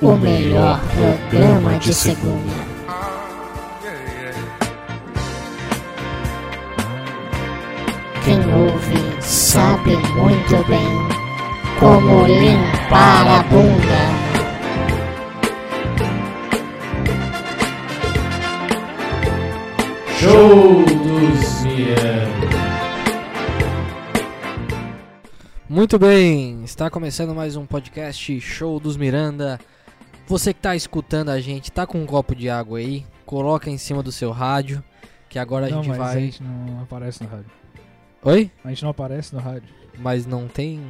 o melhor programa de segunda. Quem ouve sabe muito bem como limpar a bunda. Show dos Mier. Muito bem, está começando mais um podcast Show dos Miranda. Você que está escutando a gente, tá com um copo de água aí, coloca em cima do seu rádio, que agora não, a gente mas vai. a gente não aparece no rádio. Oi? A gente não aparece no rádio. Mas não tem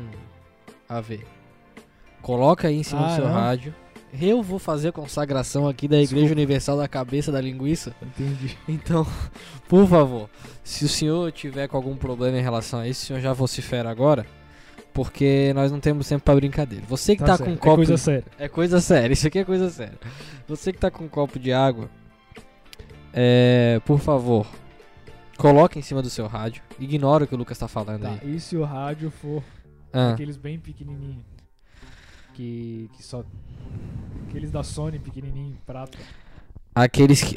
a ver. Coloca aí em cima do Ah, seu não? rádio. Eu vou fazer a consagração aqui da Igreja Universal da Cabeça da Linguiça. Entendi. Então, por favor, se o senhor tiver com algum problema em relação a isso, o senhor já vocifera agora, porque nós não temos tempo para brincadeira. Você que tá, com certo. um É copo coisa séria. É coisa séria, isso aqui é coisa séria. Você que tá com um copo de água, é, por favor, coloque em cima do seu rádio. Ignora o que o Lucas tá falando Tá, aí. e se o rádio for Ah, aqueles bem pequenininhos? Que, que só. Aqueles da Sony pequenininho, prata. aqueles que.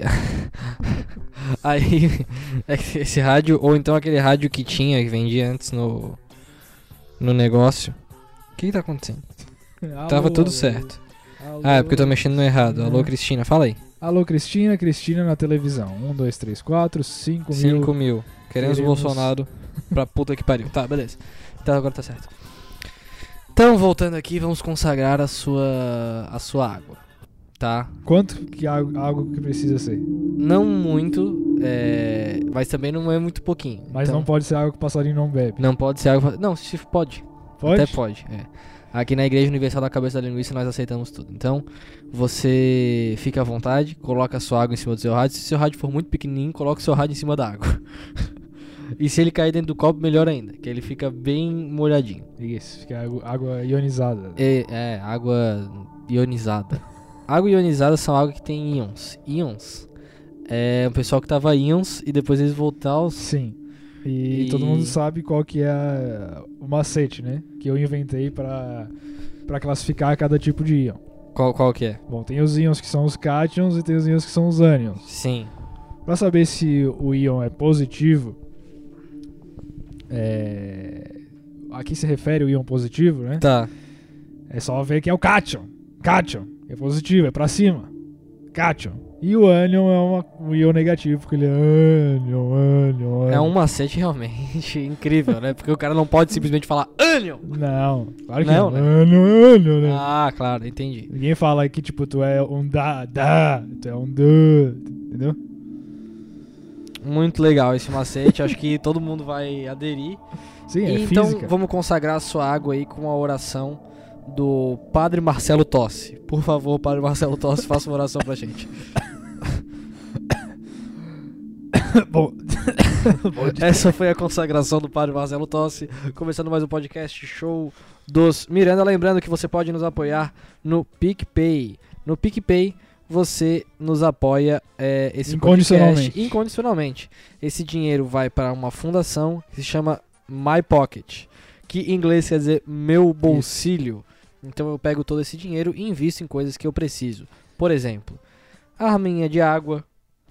aí, é que esse rádio, ou então aquele rádio que tinha, que vendia antes no, no negócio. O que, que tá acontecendo? Tava Alô, tudo alô, certo. alô. Ah, é porque eu tô mexendo no errado. Alô, Uhum. Cristina, fala aí. Alô, Cristina, Cristina na televisão. 1, 2, 3, 4, 5 mil. 5 mil. Queremos o Queremos- Bolsonaro pra puta que pariu. Tá, beleza. Então agora tá certo. Então, voltando aqui, vamos consagrar a sua, a sua água, tá? Quanto que a- algo que precisa ser? Não muito, é, mas também não é muito pouquinho. Mas Então, não pode ser algo que o passarinho não bebe. não pode ser água... Não, se pode. Pode? Até pode, é. Aqui na Igreja Universal da Cabeça da Linguiça nós aceitamos tudo. Então, você fica à vontade, coloca a sua água em cima do seu rádio. Se seu rádio for muito pequenininho, coloca o seu rádio em cima da água. e se ele cair dentro do copo, melhor ainda, que ele fica bem molhadinho. Isso, fica água, água ionizada. E- é, água ionizada. Água ionizada são água que tem íons. Íons. É o pessoal que tava íons e depois eles voltaram aos... Sim. E, E- todo mundo sabe qual que é a- o macete, né? Que eu inventei pra para classificar cada tipo de íon. Qual, qual que é? Bom, tem os íons que são os cátions e tem os íons que são os ânions. Sim. Pra saber se o íon é positivo, é... a que se refere o íon positivo, né? Tá. É só ver que é o cátion. Cátion é positivo, é pra cima. Cátion. E o ânion é uma- um íon negativo, porque ele é ânion, ânion, ânion. É um macete realmente incrível, né? Porque o cara não pode simplesmente falar ânion. Não, claro que Não, não. né? Não, não, não. Ah, claro, entendi. Ninguém fala que, tipo, tu é um da, da, tu é um do, entendeu? Muito legal esse macete, acho que todo mundo vai aderir. Sim, é E então física. vamos consagrar a sua água aí com a oração do Padre Marcelo Tosse. Por favor, Padre Marcelo Tosse, faça uma oração pra gente. Bom, Essa foi a consagração do Padre Marcelo Tosse, começando mais um podcast show dos Miranda. Lembrando que você pode nos apoiar no PicPay. No PicPay você nos apoia é, esse Incondicionalmente. podcast incondicionalmente. Esse dinheiro vai para uma fundação que se chama My Pocket, que em inglês quer dizer meu bolsilho. Então eu pego todo esse dinheiro e invisto em coisas que eu preciso. Por exemplo, arminha de água,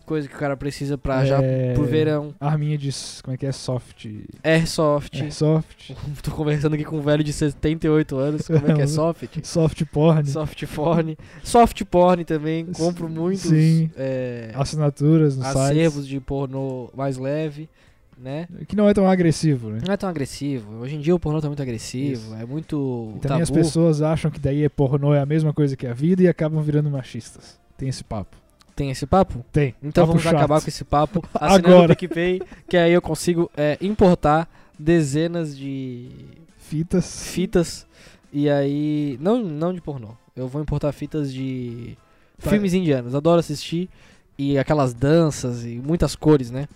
coisa que o cara precisa para já é, pro verão. Arminha de, s- como é que é, soft, Airsoft. é, soft, Tô conversando aqui com um velho de 78 anos. Como um é que é soft? soft porn, Soft porn. Soft porn também. Compro muitos Sim. é, assinaturas no acervos de pornô mais leve, né? site, que não é tão agressivo, né? Não é tão agressivo. Hoje em dia o pornô tá muito agressivo. Isso. É muito E também as tabu. pessoas acham que daí é pornô é a mesma coisa que a vida e acabam virando machistas. Tem esse papo. Tem esse papo? Tem. Então papo vamos chato. acabar com esse papo assinando Agora. o PicPay, que aí eu consigo é, importar dezenas de Fitas. fitas e aí não não de pornô. Eu vou importar fitas de Tá. filmes indianos. Adoro assistir e aquelas danças e muitas cores, né?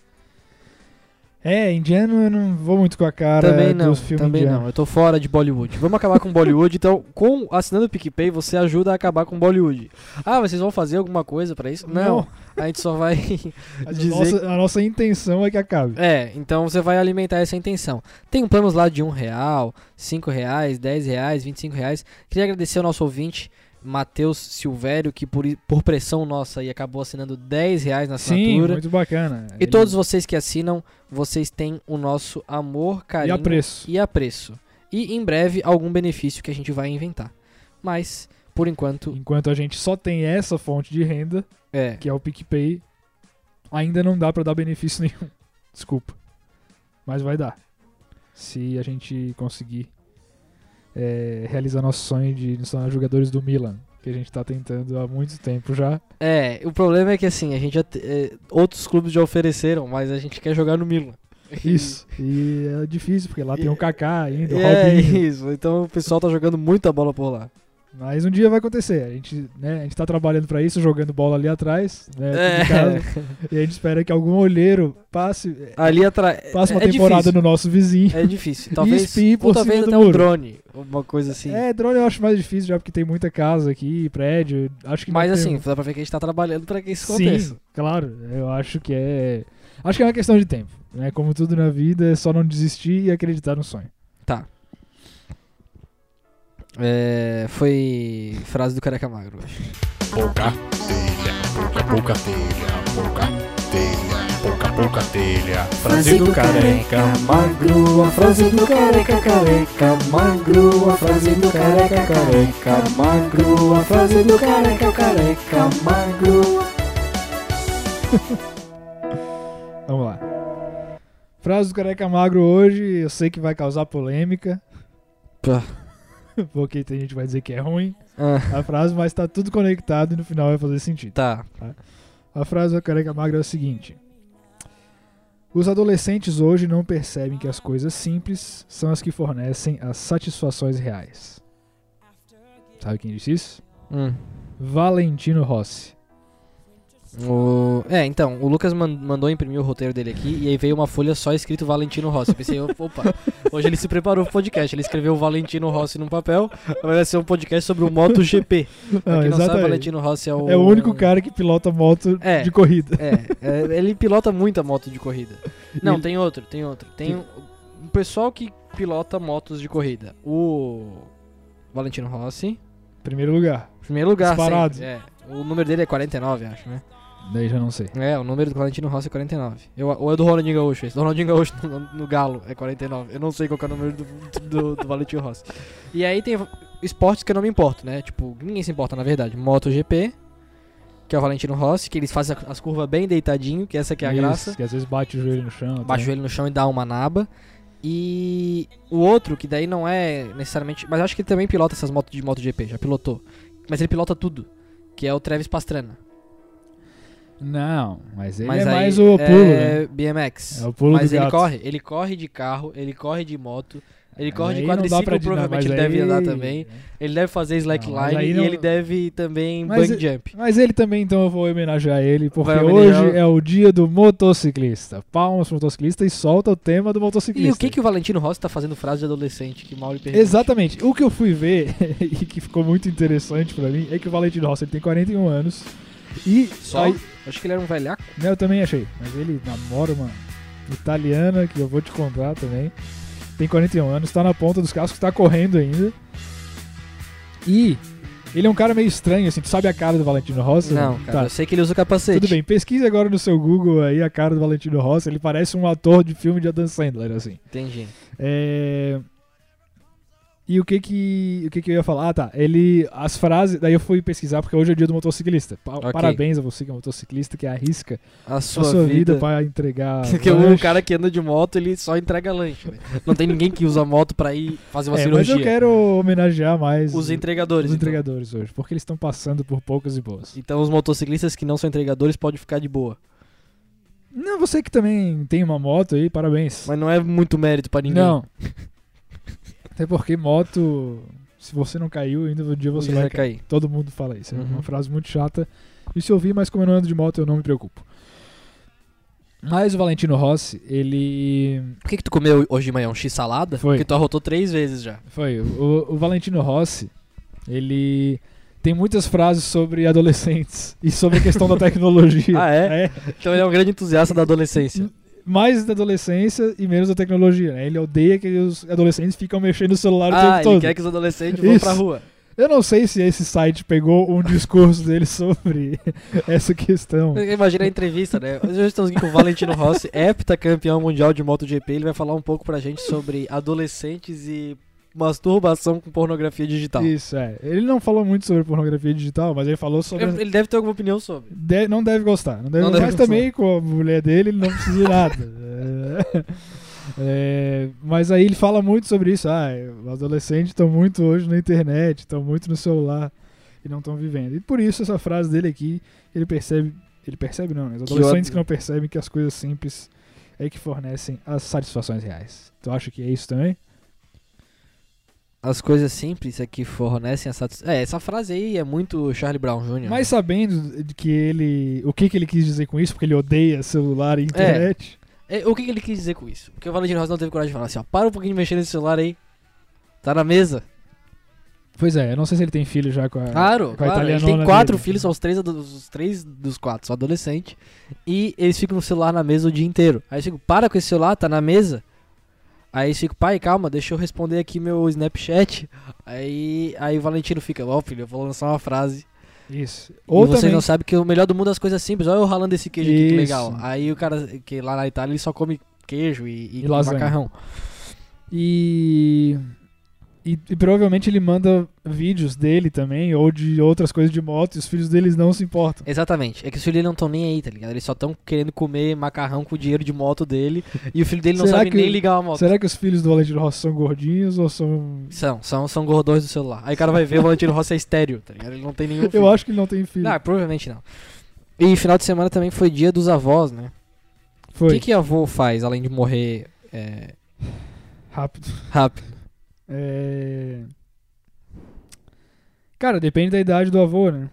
É, indiano eu não vou muito com a cara também não, dos filmes também indianos. não. Eu tô fora de Bollywood. Vamos acabar com Bollywood. Então, com assinando o PicPay, você ajuda a acabar com Bollywood. Ah, vocês vão fazer alguma coisa pra isso? Não. A gente só vai Mas dizer- a, nossa, a nossa intenção é que acabe. É, então você vai alimentar essa intenção. Tem planos lá de um real, cinco reais, dez reais, vinte e cinco reais. Queria agradecer ao nosso ouvinte Matheus Silvério, que por, por pressão nossa aí acabou assinando 10 reais na Sim, assinatura. muito bacana. E todos vocês que assinam, vocês têm o nosso amor, E carinho a preço. e apreço. E em breve algum benefício que a gente vai inventar. Mas, por enquanto, Enquanto a gente só tem essa fonte de renda, é. que é o PicPay, ainda não dá pra dar benefício nenhum. Desculpa. Mas vai dar. Se a gente conseguir é, realizar nosso sonho de nos tornar jogadores do Milan, que a gente tá tentando há muito tempo já. É, o problema é que assim, a gente já te- é, outros clubes já ofereceram, mas a gente quer jogar no Milan. Isso. E é difícil, porque lá tem o Kaká ainda, o é Robinho. isso. Então o pessoal tá jogando muita bola por lá. Mas um dia vai acontecer. A gente, né, a gente tá trabalhando pra isso, jogando bola ali atrás, né, aqui É. de casa. E a gente espera que algum olheiro passe, Ali atrás. passe uma é temporada difícil. no nosso vizinho. É difícil. Talvez, espie por ou talvez cima do até um muro. drone, alguma coisa assim. É, drone eu acho mais difícil já porque tem muita casa aqui, prédio. Acho que não mas tem- assim, dá pra ver que a gente tá trabalhando pra que isso aconteça. um sim, claro. Eu acho que é, acho que é uma questão de tempo, né? Como tudo na vida, é só não desistir e acreditar no sonho. É, foi frase do Careca Magro, eu acho. pouca telha, pouca pouca telha, pouca telha, pouca pouca telha. Frase do careca magro, a frase do careca careca magro, a frase do careca careca magro, a frase do careca careca magro. Vamos lá. Frase do Careca Magro hoje, eu sei que vai causar polêmica. Pá. Porque tem gente que vai dizer que é ruim Ah, a frase, mas tá tudo conectado e no final vai fazer sentido. tá. A frase da careca magra é a seguinte: Os adolescentes hoje não percebem que as coisas simples são as que fornecem as satisfações reais. Sabe quem disse isso? Hum. Valentino Rossi. O- É, então, o Lucas man- mandou imprimir o roteiro dele aqui e aí veio uma folha só escrito Valentino Rossi. Eu pensei, opa, hoje ele se preparou pro podcast. Ele escreveu Valentino Rossi num papel, vai ser um podcast sobre o MotoGP. Pra Não, quem não sabe, Ah, exatamente. Valentino Rossi é o. É o único cara que pilota moto É. de corrida. É, é, ele pilota muita moto de corrida. Não, Ele- tem outro, tem outro. Tem um, um pessoal que pilota motos de corrida. O Valentino Rossi, Primeiro lugar. primeiro lugar. Disparado. sempre, é. o número dele é 49, acho, né? Daí já não sei. É, o número do Valentino Rossi é 49. Eu, ou é do Ronaldinho Gaúcho, esse do Ronaldinho Gaúcho no, no Galo é 49. Eu não sei qual que é o número do, do, do Valentino Rossi. E aí tem esportes que eu não me importo, né? Tipo, ninguém se importa, na verdade. MotoGP, que é o Valentino Rossi, que eles fazem a- as curvas bem deitadinho, que essa que é a Isso, graça. Que às vezes bate o joelho no chão. Baixa o joelho no chão e dá uma naba. E o outro, que daí não é necessariamente. Mas acho que ele também pilota essas motos de MotoGP, já pilotou. Mas ele pilota tudo. Que é o Travis Pastrana. Não, mas ele mas é aí mais o pulo, né? é BMX. É o pulo mas do ele gato. corre. Ele corre de carro, ele corre de moto, ele corre Aí de não dá pra quadriciclo, dinar, mas provavelmente ele aí- deve andar também. Ele deve fazer slackline Não, mas aí e não- ele deve também Mas bungee é- jump. Mas ele também, então eu vou homenagear ele, porque Vai homenagear hoje o- é o dia do motociclista. Palmas pro motociclista e solta o tema do motociclista. E o que, que o Valentino Rossi tá fazendo frase de adolescente que mal lhe pergunta? Exatamente. O que eu fui ver e que ficou muito interessante pra mim é que o Valentino Rossi ele tem 41 anos e Só? aí- Acho que ele era um velhaco. né, eu também achei, mas ele namora uma italiana que eu vou te contar também. Tem 41 anos, tá na ponta dos cascos, tá correndo ainda. E ele é um cara meio estranho assim, tu sabe a cara do Valentino Rossi? Não, cara, Tá. eu sei que ele usa capacete. Tudo bem, pesquise agora no seu Google aí a cara do Valentino Rossi. Ele parece um ator de filme de Adam Sandler, assim. Entendi. É... E o que que, o que que eu ia falar? Ah, tá. Ele, as frases... Daí eu fui pesquisar, porque hoje é o dia do motociclista. Pa- Ok. Parabéns a você que é motociclista, que arrisca A sua, sua, sua vida, vida. para entregar Porque o lanche. cara que anda de moto, ele só entrega lanche. né? Não tem ninguém que usa moto pra ir fazer uma É, mas cirurgia. eu quero homenagear mais Os entregadores. os então. entregadores hoje, porque eles estão passando por poucas e boas. Então os motociclistas que não são entregadores podem ficar de boa. Não, você que também tem uma moto aí, parabéns. Mas não é muito mérito pra ninguém. Não. Até porque moto, se você não caiu, ainda um dia você Você vai vai cair. cair. Todo mundo fala isso. É Uhum. uma frase muito chata. E se eu ouvir, mas como eu não ando de moto, eu não me preocupo. Mas o Valentino Rossi, ele. Por que, que tu comeu hoje de manhã? Um X salada? Foi. Porque tu arrotou três vezes já. Foi. O, o Valentino Rossi, ele. Tem muitas frases sobre adolescentes e sobre a questão da tecnologia. Ah, é? Então ele é um grande entusiasta da adolescência. Mais da adolescência e menos da tecnologia. né? Ele odeia que os adolescentes ficam mexendo no celular o ah, tempo ele todo. quer que os adolescentes vão Isso. pra rua. Eu não sei se esse site pegou um discurso dele sobre essa questão. Imagina a entrevista, né? Hoje estamos aqui com o Valentino Rossi, heptacampeão mundial de MotoGP. Ele vai falar um pouco pra gente sobre adolescentes e masturbação com pornografia digital. Isso, é. Ele não falou muito sobre pornografia digital, mas ele falou sobre. Ele ele deve ter alguma opinião sobre. De- não deve gostar. Não deve Não deve gostar. mas gostar. também com a mulher dele ele não precisa de nada. É. É, mas aí ele fala muito sobre isso. Ah, os adolescentes estão muito hoje na internet, estão muito no celular e não estão vivendo. E por isso essa frase dele aqui, ele percebe. Ele percebe não, né? Os Que adolescentes ódio. que não percebem que as coisas simples é que fornecem as satisfações reais. Tu acha que é isso também? As coisas simples é que fornecem a satisfação. É, essa frase aí é muito Charlie Brown né? Jr. Mas sabendo de que ele. O que, que ele quis dizer com isso, porque ele odeia celular e internet. É, o que, que ele quis dizer com isso? Porque o Valentino Rossi não teve coragem de falar assim, ó, para um pouquinho de mexer nesse celular aí. Tá na mesa? Pois é, eu não sei se ele tem filho já com a. Claro, É, com a claro. Ele tem italianona quatro dele. filhos, são os três, ado- os três dos quatro, são adolescentes. E eles ficam no celular na mesa o dia inteiro. Aí eu fico, para com esse celular, tá na mesa. Aí eu fico, pai, calma, deixa eu responder aqui meu Snapchat. Aí, aí o Valentino fica, ó filho, eu vou lançar uma frase. Isso. Ou Ou e vocês também. não sabem que o melhor do mundo é as coisas simples. Olha eu ralando esse queijo aqui, que Isso. legal. Aí o cara, que lá na Itália, ele só come queijo e, e, E lasanha. macarrão. E... e. e provavelmente ele manda vídeos dele também, ou de outras coisas de moto, e os filhos deles não se importam. Exatamente. É que os filhos dele não estão nem aí, tá ligado? Eles só estão querendo comer macarrão com o dinheiro de moto dele. e o filho dele não Será sabe que- nem ligar uma moto. Será que os filhos do Valentino Rossi são gordinhos ou são. São, são, são gordões do celular. Aí o cara vai ver o Valentino Rossi é estéreo, tá ligado? Ele não tem nenhum filho. Eu acho que ele não tem filho. Não, provavelmente não. E final de semana também foi dia dos avós, né? O Foi. que, que avô faz, além de morrer é, Rápido. rápido? É... Cara, depende da idade do avô, né?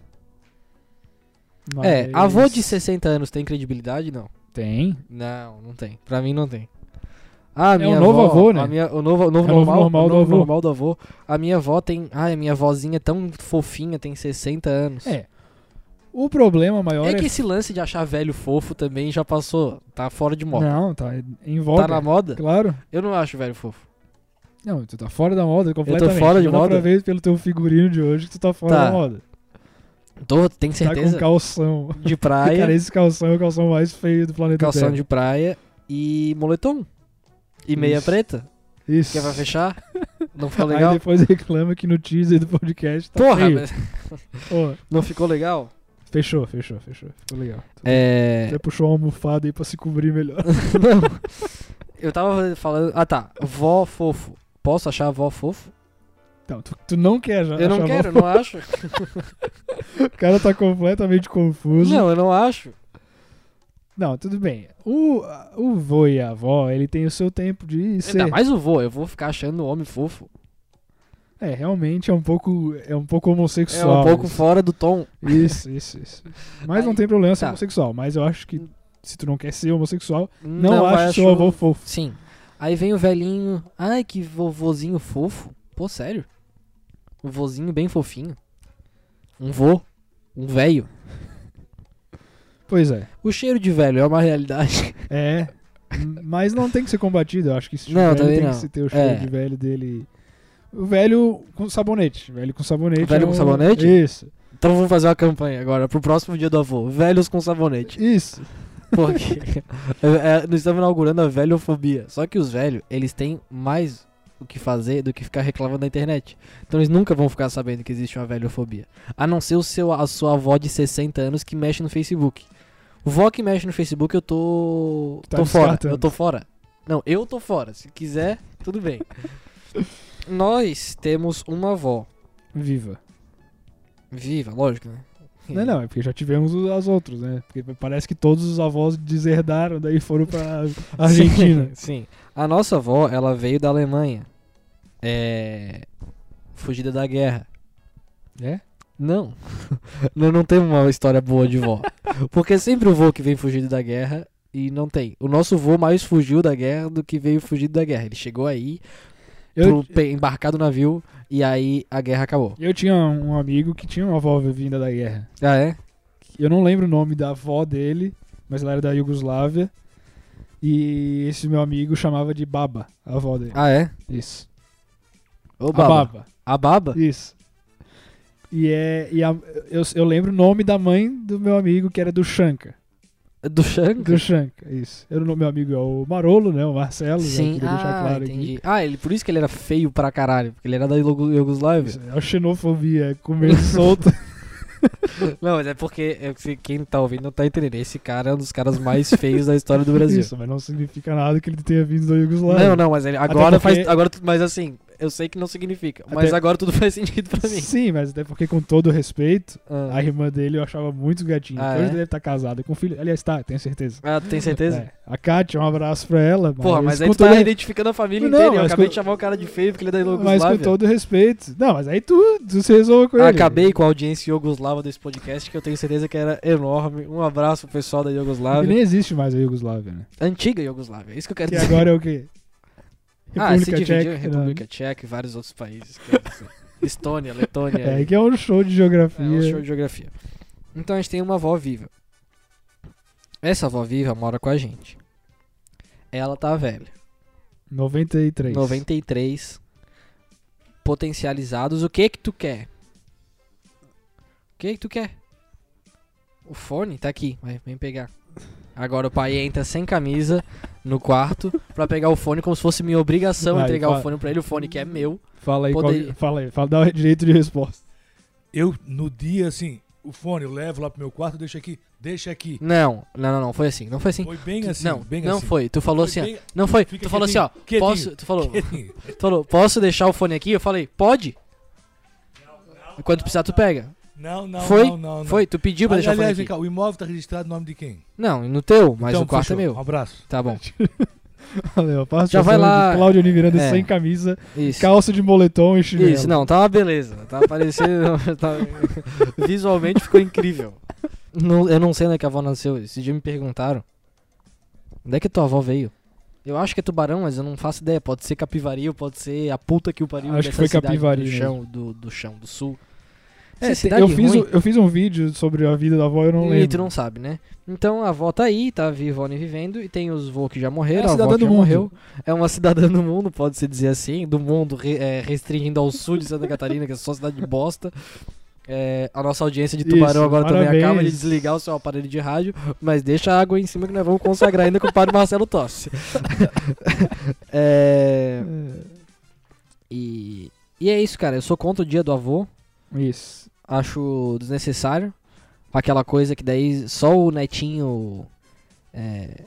É, Mas- avô de 60 anos tem credibilidade? Não. Tem. Não, não tem. Pra mim não tem. Ah, É minha um novo avó, avô, né? a minha- o novo, o novo É o novo normal, normal o do novo avô. normal do avô. A minha avó tem. Ai, a minha avózinha é tão fofinha, tem 60 anos. É. O problema maior É é... que esse lance de achar velho fofo também já passou. Tá fora de moda. Não, tá em tá voga. na moda? Claro. Eu não acho velho fofo. Não, tu tá fora da moda completamente. fora de Já dá moda? pra ver pelo teu figurino de hoje que tu tá fora Tá. da moda. Tô, tem Tá com certeza? calção. de praia. Cara, esse calção é o calção mais feio do planeta calção Terra. de praia e moletom. E meia Isso. preta. Isso. Que é pra fechar. Não ficou Aí legal? depois reclama que no teaser do podcast tá Porra, feio. mas Ó, não ficou legal? Fechou, fechou, fechou. Ficou legal. É. Até puxou uma almofada aí pra se cobrir melhor. Não. Eu tava falando. Ah tá, vó fofo. Posso achar vó fofo? Não, tu, tu não quer já. Eu não achar quero, mal- não acho. O cara tá completamente confuso. Não, eu não acho. Não, tudo bem. O, o vô e a avó, ele tem o seu tempo de ser. Ainda mais o vô, eu vou ficar achando o homem fofo. É, realmente é um pouco, é um pouco É homossexual. um pouco isso. fora do tom. Isso, isso, isso. Mas não Aí- tem problema ser tá. Hum. homossexual. Mas eu acho que se tu não quer ser homossexual, não, Não, acho acho- seu avô fofo. Sim. Aí vem o velhinho. Ai, que vovozinho fofo. Pô, sério? Um vozinho bem fofinho. Um vô. Um velho. Pois é. O cheiro de velho é uma realidade. É. mas não tem que ser combatido. Eu acho que esse Não, velho também tem não. que se ter o cheiro É. de velho dele. O velho com sabonete. Velho com sabonete. Velho é com um- sabonete? Isso. Então vamos fazer uma campanha agora pro próximo dia do avô. Velhos com sabonete. Isso. Porque é, é, nós estamos inaugurando a velhofobia. Só que os velhos, eles têm mais o que fazer do que ficar reclamando na internet. Então eles nunca vão ficar sabendo que existe uma velhofobia. A não ser o seu, a sua avó de 60 anos que mexe no Facebook. Vó que mexe no Facebook, eu tô. Tá tô fora. descartando. Eu tô fora. Não, eu tô fora. Se quiser, tudo bem. Nós temos uma avó Viva. viva, lógico, né? Não, não, é porque já tivemos os- as outros, né? Porque parece que todos os avós deserdaram, daí foram pra Argentina. Sim, sim. A nossa avó, ela veio da Alemanha. É. Fugida da guerra. É? Não. não, não tem uma história boa de vó. Porque é sempre o vô que vem fugido da guerra e não tem. O nosso vô mais fugiu da guerra do que veio fugido da guerra. Ele chegou aí, Eu, pro, pe- embarcado no navio, e aí a guerra acabou. eu tinha um amigo que tinha uma avó vinda da guerra. Ah, é? Eu não lembro o nome da avó dele, mas ela era da Iugoslávia. E esse meu amigo chamava de Baba, a avó dele. Ah, é? Isso. Ô, baba. A Baba. A baba? Isso. E, é, e a- eu, eu lembro o nome da mãe do meu amigo, que era do Shanka. Do Shank? Do Shanka, isso. Era o nome- meu amigo é o Marolo, né? O Marcelo. né? Sim, Queria deixar ah, claro aqui. entendi. Ah, ele, por isso que ele era feio pra caralho, porque ele era da Yugo- Iugoslávia. Isso, é a xenofobia, é comer solto. Não, mas é porque é, se- quem tá ouvindo não tá entendendo. Esse cara é um dos caras mais feios da história do Brasil. Isso, mas não significa nada que ele tenha vindo da Iugoslávia. Não, não, mas ele, agora porque- faz. Agora, tu- mas assim, eu sei que não significa. Mas Até- agora tudo faz sentido pra mim. Sim, mas até porque, com todo o respeito, Ah, a irmã dele eu achava muito gatinho. Ah, Hoje é? deve estar casada com filho. Aliás, tá, tenho certeza. Ah, tu tem certeza? É. A Kátia, um abraço pra ela. Mas Porra, mas aí com tu tá todo- identificando a família Não, inteira. Eu mas acabei com- de chamar o cara de feio porque ele é da Mas Iugoslávia. com todo o respeito. Não, mas aí tu, tu se resolve com ele. Acabei com a audiência Iugoslava desse podcast, que eu tenho certeza que era enorme. Um abraço pro pessoal da E Iugoslávia. nem existe mais a Iugoslávia, né? Antiga Iugoslávia, é isso que eu quero Que dizer. agora é o quê? ah, se dividiu Tcheca, em né? República Tcheca e vários outros países. quero dizer. Estônia, Letônia. É, que é um show de É geografia. um show de geografia. Então a gente tem uma avó viva. Essa avó viva mora com a gente. Ela tá velha. 93. 93 potencializados. O que que tu quer? O que que tu quer? O fone tá aqui, vai, vem pegar. Agora o pai entra sem camisa no quarto pra pegar o fone como se fosse minha obrigação Vai, entregar fala. o fone pra ele, o fone que é meu. Fala aí, Poder- qual- fala aí, fala, dá o direito de resposta. Eu, no dia, assim, o fone eu levo lá pro meu quarto, deixo aqui, deixa aqui. Não, não, não, não foi assim, não foi assim. Foi bem Tu- assim, não, bem não assim. foi. Tu falou assim, ó, bem- assim. não foi. Fica tu falou assim, ó, quietinho, posso, tu falou, quietinho. tu falou, posso deixar o fone aqui? Eu falei, pode. Quando precisar tu pega. Não, não, Foi? não, não, não. Foi, Tipo, tu pediu pra Ali- deixar o fone Aliás, aqui. vem cá, o imóvel tá registrado no nome de quem? Não, no teu, mas Então, o quarto fechou. é Um meu. abraço. Tá bom. Valeu, passa Já vai lá. Cláudio Oliveira É. sem camisa, Isso. calça de moletom e chinelo. Isso, não, tá uma beleza. Tá parecendo. tá- Visualmente ficou incrível. Não- eu não sei onde é que a avó nasceu. Esse dia me perguntaram. Onde é que tua avó veio? Eu acho que é tubarão, mas eu não faço ideia. Pode ser capivari ou pode ser a puta que o pariu Acho que dessa foi cidade Capivari do mesmo. chão, do, do chão, do sul. É, Essa tem- cidade eu, fiz, ruim. um- eu fiz um vídeo sobre a vida da avó, eu não e lembro. tu não sabe, né? Então a avó tá aí, tá vivona e vivendo, e tem os vô que já É morreram, uma a avó cidadã que do já mundo. morreu. É uma cidadã do mundo, pode-se dizer assim, do mundo, re- é, restringindo ao sul de Santa Catarina, que é só cidade de bosta. É, a nossa audiência de Isso, tubarão agora também parabéns. acaba de desligar o seu aparelho de rádio, mas deixa a água aí em cima que nós vamos consagrar ainda com o padre Marcelo Tosse. É, e, e é isso, cara. Eu sou contra o dia do avô É, Isso. acho desnecessário. Aquela coisa que daí só o netinho é,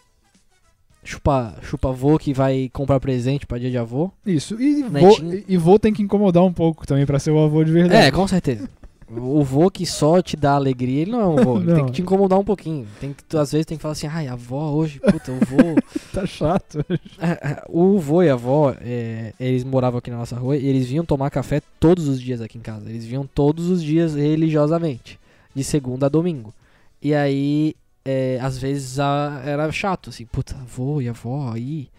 chupa, chupa avô que vai comprar presente pra dia de avô. Isso. E vô, Netinho. e- e vô tem que incomodar um pouco também pra ser o avô de verdade. É, com certeza. O vô que só te dá alegria, ele não é um vô. Ele tem Não. que te incomodar um pouquinho. Tem que, tu, às vezes tem que falar assim, ai, a avó hoje, puta, o vô. Tá chato. É, é, o vô e a avó, é, eles moravam aqui na nossa rua e eles vinham tomar café todos os dias aqui em casa. Eles vinham todos os dias religiosamente, de segunda a domingo. E aí, é, às vezes a- era chato, assim, puta, vô e avó aí.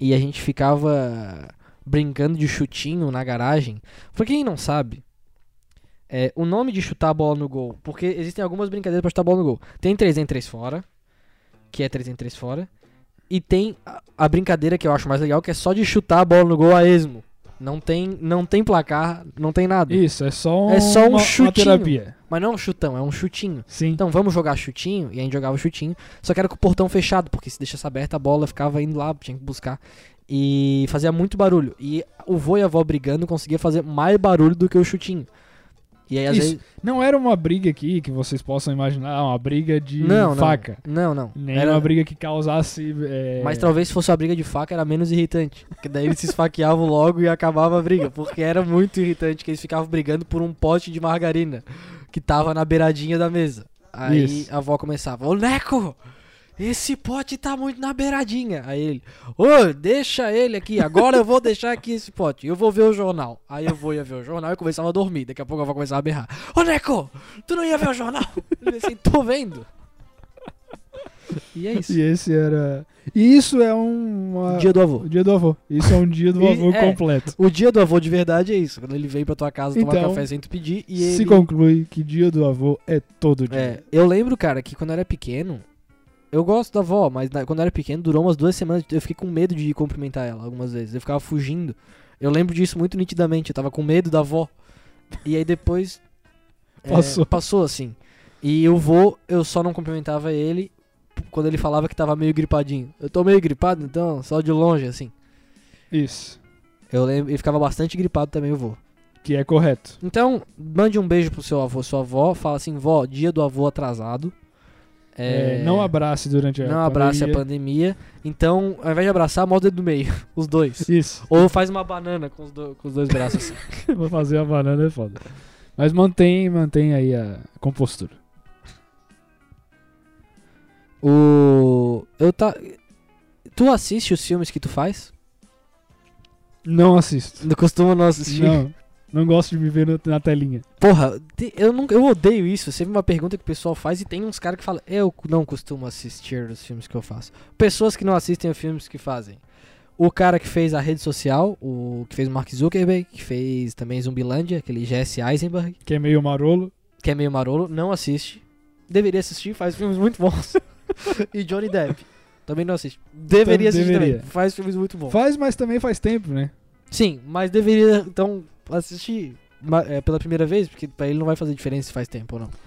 E a gente ficava brincando de chutinho na garagem. Pra quem não sabe, é, o nome de chutar a bola no gol, porque existem algumas brincadeiras pra chutar a bola no gol. Tem 3 em 3 fora, que é 3 em 3 fora. E tem a, a brincadeira que eu acho mais legal, que é só de chutar a bola no gol a esmo. Não tem, não tem placar, não tem nada. Isso, é só um, É só um uma, chutinho. uma terapia. Mas não é um chutão, é um chutinho. Sim. Então vamos jogar chutinho, e a gente jogava chutinho, só que era com o portão fechado, porque se deixasse aberta a bola ficava indo lá, tinha que buscar. E fazia muito barulho. E o vô e a avó brigando conseguia fazer mais barulho do que o chutinho. E aí às Isso. vezes. Não era uma briga aqui que vocês possam imaginar, uma briga de Não, faca. não. Não, não. Nem uma briga que causasse. é, Mas então talvez se fosse uma briga de faca, era menos irritante. Porque daí eles se esfaqueavam logo e acabava a briga. Porque era muito irritante que eles ficavam brigando por um pote de margarina que tava na beiradinha da mesa. Aí Isso. a avó começava, ô Neco! Esse pote tá muito na beiradinha. Aí ele, ô, deixa ele aqui, agora eu vou deixar aqui esse pote. Eu vou ver o jornal. Aí eu vou ia ver o jornal e começava a dormir. Daqui a pouco a avó começava a berrar. Ô Neco, tu não ia ver o jornal? Eu assim, tô vendo. E é isso. E esse era. E isso é um. uma- Dia do avô. o dia do avô. Isso é um dia do E- avô é. completo. O dia do avô de verdade é isso. Quando ele vem pra tua casa tomar Então, café sem tu pedir e Se ele... conclui que dia do avô é todo dia. É, eu lembro, cara, que quando eu era pequeno... Eu gosto da avó, mas na- quando eu era pequeno durou umas duas semanas. Eu fiquei com medo de cumprimentar ela algumas vezes. Eu ficava fugindo. Eu lembro disso muito nitidamente. Eu tava com medo da avó. E aí depois... É, Passou. passou assim. E eu vou, eu só não cumprimentava ele p- quando ele falava que tava meio gripadinho. Eu tô meio gripado, então, só de longe, assim. Isso. Eu lembro, ele ficava bastante gripado também, eu vou. Que é correto. Então, mande um beijo pro seu avô, sua avó. Fala assim, vó, dia do avô atrasado. É, É, não abrace durante a não abrace a pandemia. pandemia. Então, ao invés de abraçar, molda o dedo do meio, os dois. Isso. Ou faz uma banana com os, do- com os dois braços. assim. Vou fazer a banana é foda. Mas mantém, mantém aí a compostura. o. Eu tá. Tu assiste os filmes que tu faz? Não assisto. Não costuma não assistir. Não. Não gosto de me ver na- na telinha. Porra, te- eu, nunca, eu odeio isso. Sempre uma pergunta que o pessoal faz e tem uns caras que falam: Eu não costumo assistir os filmes que eu faço. Pessoas que não assistem os filmes que fazem. O cara que fez a rede social, o que fez o Mark Zuckerberg, que fez também Zumbilândia, aquele Jesse Eisenberg, que é meio marolo. que é meio marolo, não assiste. Deveria assistir, faz filmes muito bons. e Johnny Depp, também não assiste. Deveria assistir deveria. também, faz filmes muito bons. Faz, mas também faz tempo, né? Sim, mas deveria então assistir ma- é, pela primeira vez, porque pra ele não vai fazer diferença se faz tempo ou não. Quem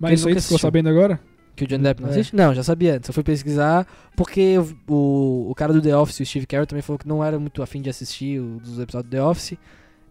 Mas isso aí nunca tu ficou assistiu? sabendo agora? Que o Johnny Depp não É. assiste? Não, já sabia antes. Eu fui pesquisar porque eu- o, o cara do The Office, o Steve Carell, também falou que não era muito afim de assistir o- os episódios do The Office.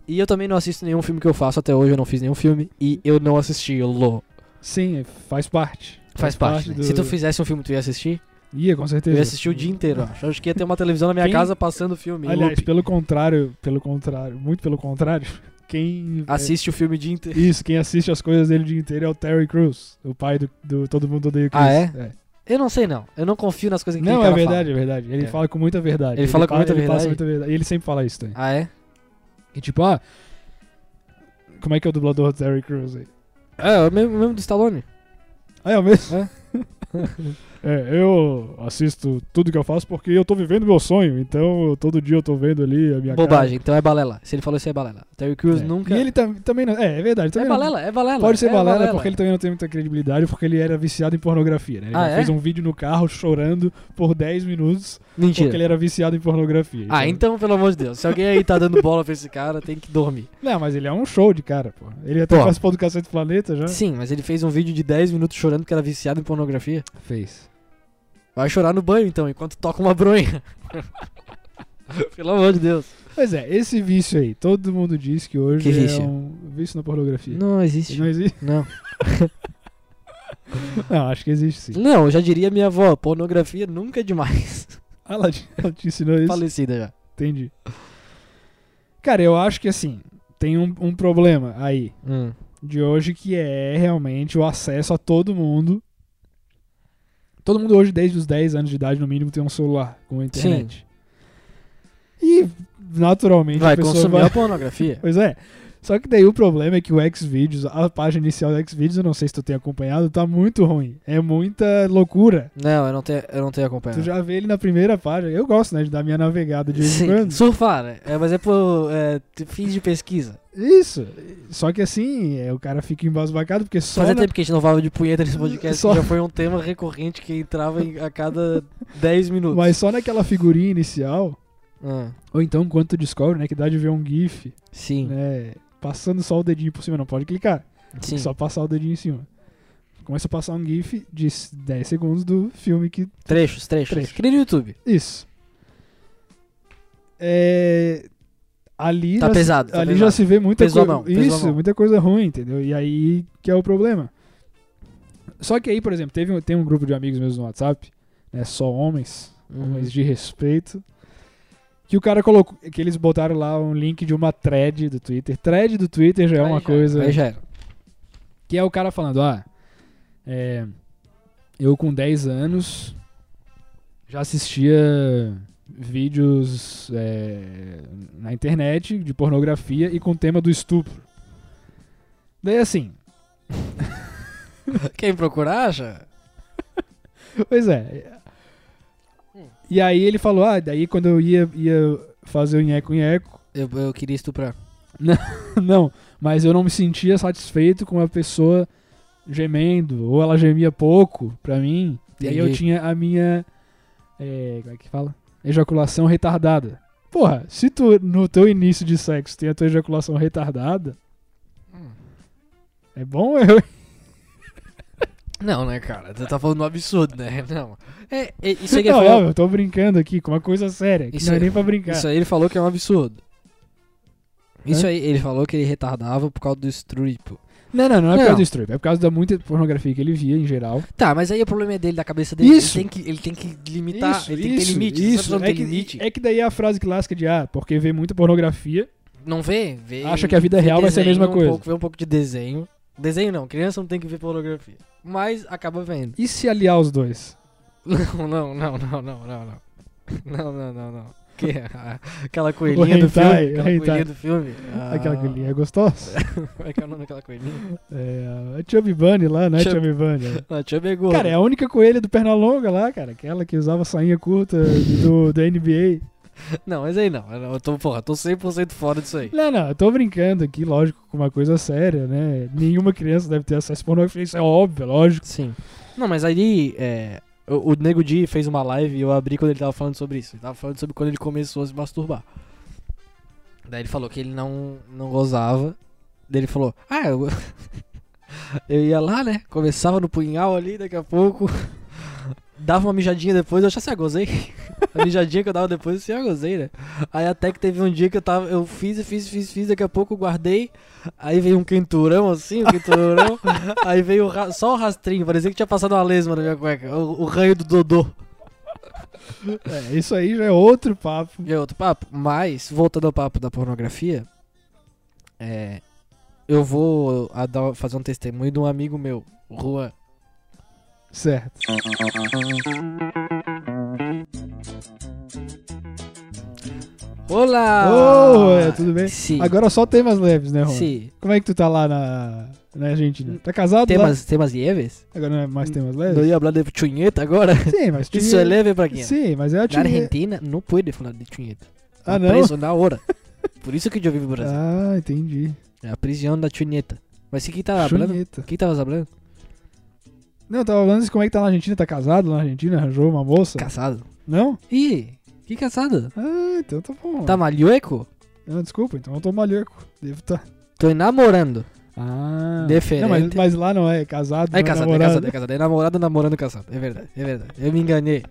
E eu também não assisto nenhum filme que eu faço até hoje, eu não fiz nenhum filme. E eu não assisti, eu lô. Sim, é, faz parte. Faz, parte, né? do- Se tu fizesse um filme, tu ia assistir? Ia, com Eu certeza. ia assistir o dia inteiro, eu acho. Eu Acho que ia ter uma televisão na minha Ah. Quem- casa passando o filme. em Aliás, loop. pelo contrário, pelo contrário, muito pelo contrário, quem... Assiste o filme o dia inteiro. Isso, quem assiste as coisas dele o dia inteiro é o Terry Crews, o pai do, do Todo Mundo Odeia o Chris. Ah, é? Eu não sei, não. Eu não confio nas coisas que Não, aquele é cara verdade, é verdade. Ele É. fala com muita verdade. Ele fala com pa- muita ele passa verdade? muita verdade. E ele sempre fala isso também. fala. Ah, é? E tipo, ah, como é que é o dublador do Terry Crews aí? É, é o mesmo, o mesmo do Stallone. Ah, é o mesmo? É. eu assisto tudo que eu faço porque eu tô vivendo meu sonho. Então, eu- todo dia eu tô vendo ali a minha cara. Bobagem, então é balela. Se ele falou isso, é balela. Terry Crews É. nunca. E ele tam- também não... É, é verdade. É Também não- balela, é balela. Pode ser é balela, porque ele também não tem muita credibilidade, porque ele era viciado em pornografia, né? Ele Ah, já é? fez um vídeo no carro chorando por 10 minutos Mentira. porque ele é era viciado em pornografia. Ah, então, pelo amor de Deus. Se alguém aí tá dando bola pra esse cara, tem que dormir. Não, mas ele é um show de cara, pô. Ele até Pô. participou do Cacete Planeta já. Sim, mas ele fez um vídeo de 10 minutos chorando que era viciado em pornografia. Fez. Vai chorar no banho, então, enquanto toca uma bronha. pelo amor de Deus. Pois é, esse vício aí, todo mundo diz que hoje Que vício? é um vício na pornografia. Não Ele existe. Não existe? Não. Não, acho que existe sim. Não, eu já diria minha avó, pornografia nunca é demais. Ah, ela te, ela te ensinou isso? Falecida já. Entendi. Cara, eu acho que assim, tem um, um problema aí Hum. de hoje que é realmente o acesso a todo mundo. Todo mundo hoje, desde os 10 anos de idade, no mínimo, tem um celular com a internet. E, naturalmente, Vai a pessoa consumir vai... a pornografia. Pois é. Só que daí o problema é que o Xvideos, a página inicial do Xvideos, eu não sei se tu tem acompanhado, tá muito ruim. É muita loucura. Não, eu não tenho, eu não tenho Tu acompanhado. já vê ele na primeira página. Eu gosto, né, de dar minha navegada de vez em Sim, quando. surfar, né? É, mas é por é, fins de pesquisa. Isso. Só que assim, é, o cara fica embasbacado porque só Fazia na- tempo que a gente não falava de punheta nesse podcast, Só- que já foi um tema recorrente que entrava em- a cada 10 minutos. mas só naquela figurinha inicial, Ah, ou então quando tu descobre, né, que dá de ver um gif, sim, né, passando só o dedinho por cima, não pode clicar, sim. só passar o dedinho em cima. Começa a passar um gif de s- 10 segundos do filme que Trechos, trechos. Trecho. Que nem no YouTube. isso. É ali Tá já se- pesado, tá ali pesado. já se vê muita Pesou a coisa, mão, pesou a isso, mão. muita coisa ruim, entendeu? E aí que é o problema. Só que aí, por exemplo, teve um, tem um grupo de amigos meus no WhatsApp, né, só homens, Uhum. homens de respeito. Que o cara colocou. Que eles botaram lá um link de uma thread do Twitter. Thread do Twitter já é Aí uma já- coisa. Aí já era. Que é o cara falando, ah. é, eu com 10 anos já assistia vídeos é, na internet de pornografia e com o tema do estupro. Daí assim, Quem procurar, acha? Pois é. E aí ele falou, ah, daí quando eu ia, ia fazer o nheco-nheco, Eu, eu queria estuprar. não, mas eu não me sentia satisfeito com a pessoa gemendo, ou ela gemia pouco pra mim, e aí eu Entendi. tinha a minha, é, como é que fala? Ejaculação retardada. Porra, se tu no teu início de sexo tem a tua ejaculação retardada, É bom ou é ruim? Não, né, cara? Você tá falando um absurdo, né? Não. É, é, isso aí que ele não, falou. eu tô brincando aqui com uma coisa séria, que Isso não é aí- nem pra brincar. Isso aí ele falou que é um absurdo. Isso Hã? aí, ele falou que ele retardava por causa do strip. Não, não, não é por causa Não. do strip, é por causa da muita pornografia que ele via em geral. Tá, mas aí o problema é dele, da cabeça dele. Isso. Ele tem que, ele tem que limitar, ele tem que ter limite. Se Isso, essa pessoa não é, tem limite. que, é que daí é a frase clássica de ah, porque vê muita pornografia. Não vê? Vê. Acha que a vida vê real vai ser a desenho mesma Um coisa. pouco, vê um pouco de desenho. Desenho não, criança não tem que ver pornografia. Mas acaba vendo. E se aliar os dois? Não, não, não, não, não, não, não. Não, não, não, não. Que, a- aquela O coelhinha do hentai, filme. o Aquela hentai. coelhinha do filme. Ah, Aquela que ali é gostosa. Como é que é o nome daquela coelhinha? É, a Chubby Bunny lá, né? Chub- Chubby Bunny. Ah, deixa eu ver gordo. Cara, é a única coelha do Pernalonga lá, cara. Aquela que usava sainha curta do, da NBA. Não, mas aí não. Eu tô, porra, tô 100% fora disso aí. Não, não, eu tô brincando aqui, lógico, com uma coisa séria, né? Nenhuma criança deve ter acesso à pornografia, isso é óbvio, lógico. Sim. Não, mas aí é, o, o Nego Di fez uma live e eu abri quando ele tava falando sobre isso. Ele tava falando sobre quando ele começou a se masturbar. Daí ele falou que ele não, não gozava. Daí ele falou, ah, eu, eu ia lá, né? Começava no punhal ali, daqui a pouco. Dava uma mijadinha depois, eu já se gozei. A mijadinha que eu dava depois, eu já gozei, né? Aí até que teve um dia que eu tava. Eu fiz, e fiz, fiz, fiz, daqui a pouco eu guardei. Aí veio um quenturão assim, um quenturão. Aí veio o ra- só o rastrinho, parecia que tinha passado uma lesma na minha cueca. O, o ranho do Dodô. É, isso aí já é outro papo. E é outro papo. Mas, voltando ao papo da pornografia, é, eu vou a dar- fazer um testemunho de um amigo meu, o Juan. Certo. Olá! Ô, Juan, é tudo bem? Ah, Sim. Agora só temas leves, né, Ron? Sim. Como é que tu tá lá na, na Argentina? Tá casado lá? Temas, temas leves? Agora não é mais temas leves? Não ia falar de chunheta agora? Sim, mas tinha... Isso é leve pra quem? Sim, mas é a Na tinha... Argentina, não pode falar de chunheta. Tá Ah, não? Preso na hora. Por isso que eu vivo no Brasil. Ah, entendi. É a prisão da chunheta. Mas se quem tá falando? Chunheta. Tá. Quem tava falando? Não, eu tava falando isso, como é que tá na Argentina? Tá casado lá na Argentina? Arranjou uma moça? Casado. Não? Ih, que casado? Ah, então tá bom. Tá malhueco? Não, desculpa, então eu tô malheco. Devo tá. Tô namorando. Ah. Diferente. Não, mas, mas lá não é, é casado. não É casado, é namorado. casado, é casado. É namorado, namorando, casado. É verdade, é verdade. Eu me enganei.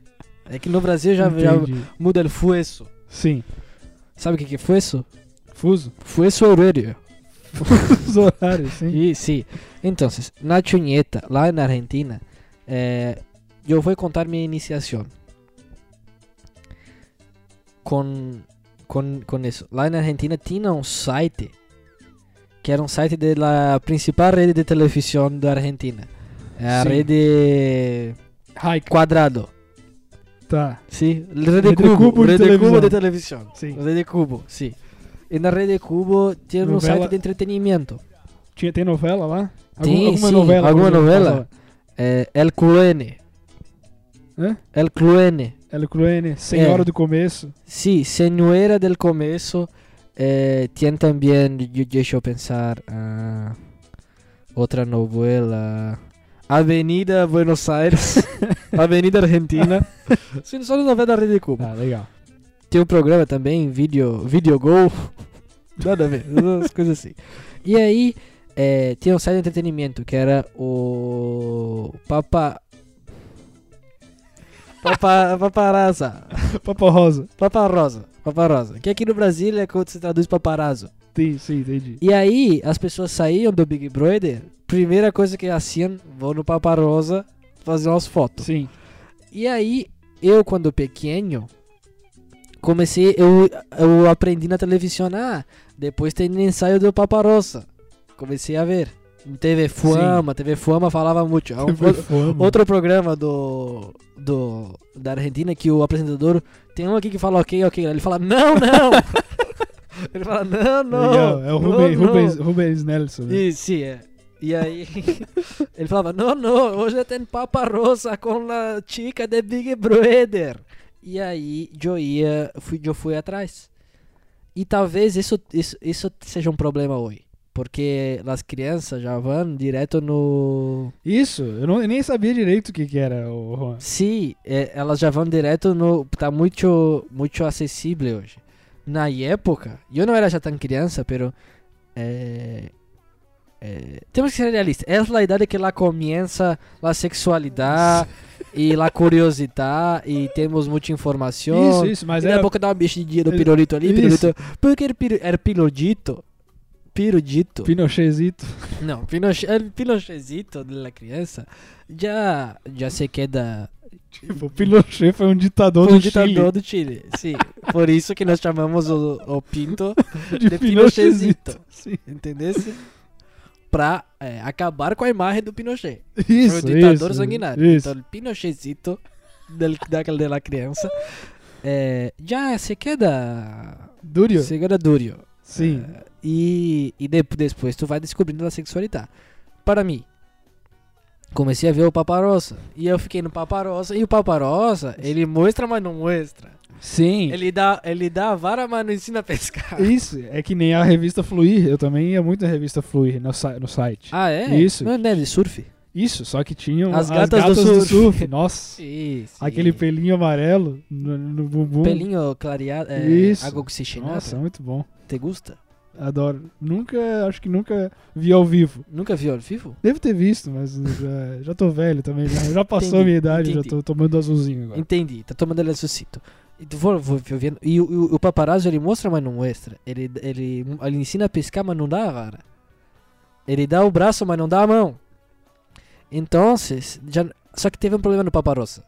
É que no Brasil já, já Entendi. muda o fueço. Sim. Sabe o que que é fueço? Fuso. Fueço horário. Os horários, sim. E sim. Então, na chunheta, lá na Argentina, eh, eu vou contar minha iniciação. Com, com, com isso. Lá na Argentina tinha um site que era um site da principal rede de televisão da Argentina. É a Sim. rede Hike. Quadrado. Tá. Sim, Rede, Rede Cubo. Cubo de Rede Cubo televisão. de televisão. Sim. Rede Cubo, sim. E na Rede Cubo tinha um Novela- site de entretenimento. Tinha, tem novela lá? Tem, alguma sim. novela? Alguma que novela? passava? É, Eh, El Cluene. Hã? El Cluene. El Cluene, Senhora É. do Começo. Sim, Senhora del Começo. Eh, tem também, de- deixa eu pensar, ah, outra novela. Avenida Buenos Aires. Avenida Argentina. Sim, só na novela da Rede Cubo. Ah, legal. Tem um programa também, vídeo, video go. Nada a ver, umas coisas assim. E aí, eh, tinha um site de entretenimento que era o Papa. Papa, paparazza. Papa Rosa. Papa Rosa. Papa Rosa. Que aqui no Brasil é quando se traduz paparazzo. Tem, sim, entendi. E aí, as pessoas saíam do Big Brother. Primeira coisa que faziam, vão no Papa Rosa fazer umas fotos. Sim. E aí, eu quando pequeno, comecei, eu, eu aprendi na televisão, ah, depois tem ensaio do Paparossa. Comecei a ver. Em TV Fuama, TV Fuama falava muito. É um- Foi fama. outro programa do, do da Argentina que o apresentador tem um aqui que fala ok, ok. Ele fala não, não. Ele fala não, não. Legal. É o não, Rubens, não." Rubens, Rubens Nelson. né? E, sim, é. E aí ele falava, não, não, hoje tem papa rosa com a chica de Big Brother. E aí eu ia, fui, eu fui atrás. E talvez isso, isso, isso seja um problema hoje. Porque as crianças já vão direto no... Isso, eu, não, eu nem sabia direito o que, que era o Juan. Sim, é, elas já vão direto no... Tá muito, muito acessível hoje. Na época, eu não era já tão criança, pero... É, eh, temos que ser realistas. É a idade que lá começa a sexualidade e a curiosidade e temos muita informação. Isso, isso, mas e daqui era. a pouco dá uma mexidinha no Ele- pirulito ali, Isso. pirulito. Porque era, piru, era pirulito. Pirudito. Pinochetzito. Não, pinoche, el pinochezito da criança já, já é se queda Tipo, Pinochet foi um ditador um do ditador Chile. do Chile. Sim, por isso que nós chamamos o, o Pinto, De, de Pinochetzito. Pinochetzito. Sim. entendeu? Pra é, acabar com a imagem do Pinochet. Isso, foi um ditador isso, sanguinário. Isso. Então, o Pinochetzito del- daquela da criança é, já se queda. Dúrio? Se queda duro. Sim. Eh, e e de- depois tu vai descobrindo a sexualidade. Para mim, comecei a ver o Paparossa. E eu fiquei no Paparossa. E o Paparossa, ele mostra, mas não mostra. Sim. Ele dá, ele dá a vara, mas não ensina a pescar. Isso, é que nem a revista Fluir. Eu também ia muito na revista Fluir no, si- no site. Ah, é? Isso. Não é de surf? Isso, só que tinham As gatas do surf. Nossa, Sim, sim. aquele pelinho amarelo no, no bumbum. pelinho clareado. É, Isso. Água oxigenada. Nossa, muito bom. Te gusta? Adoro. Nunca, acho que nunca vi ao vivo. Nunca viu ao vivo? Devo ter visto, mas já, já tô velho também. Já, já passou a minha idade, entendi. já tô tomando azulzinho agora. Entendi, tá tomando ele ressuscito. E tu vou, vou, vou vendo. E o, e o- o paparazzo ele mostra, mas não mostra. Ele, ele, ele ensina a pescar, mas não dá a vara. Ele dá o braço, mas não dá a mão. Então, já, só que teve um problema no paparossa.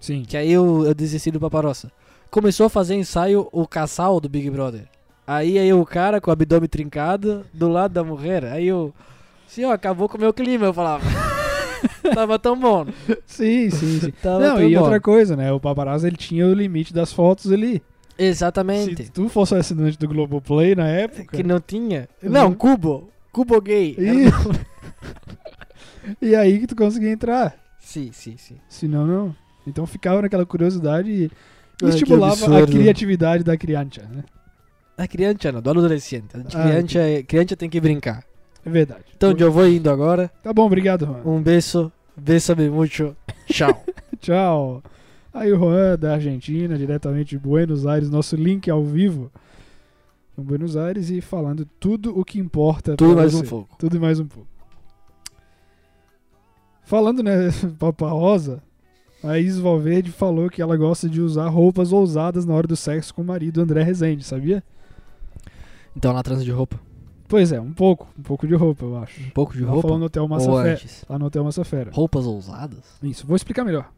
Sim. Que aí eu, eu desisti do paparossa. Começou a fazer ensaio o caçal do Big Brother. Aí aí o cara com o abdômen trincado do lado da mulher. Aí eu. Senhor, acabou com o meu clima, eu falava. Tava tão bom. Sim, sim, sim. Tava Não, tão e tá bom. outra coisa, né? O paparazzo ele tinha o limite das fotos ali. Exatamente. Se tu fosse um assinante do Globoplay na É época. Que não tinha? Uhum. Não, cubo. Cubo gay. Era Ih. uma- e aí que tu conseguia entrar. Sim, sim, sim. Senão, não. Então ficava naquela curiosidade e que estimulava a absurdo. criatividade da criança, né? A É criança não, do adolescente. A Ah, criança, é, criança tem que brincar. É verdade. Então, eu vou indo agora. Tá bom, obrigado, Juan. Um beijo. Beijo-me muito. Tchau. Tchau. Aí o Juan da Argentina, diretamente de Buenos Aires, nosso link ao vivo em Buenos Aires e falando tudo o que importa. Tudo pra mais um você. pouco. Tudo e mais um pouco. Falando, né, Papa Rosa, a Is Valverde falou que ela gosta de usar roupas ousadas na hora do sexo com o marido André Rezende, sabia? Então, lá transa de roupa. Pois é, um pouco, um pouco de roupa, eu acho. Um pouco de Ela falou roupa. no Hotel Ou é? Massafera. antes. Lá no Hotel Massafera. Roupas ousadas? Isso, vou explicar melhor.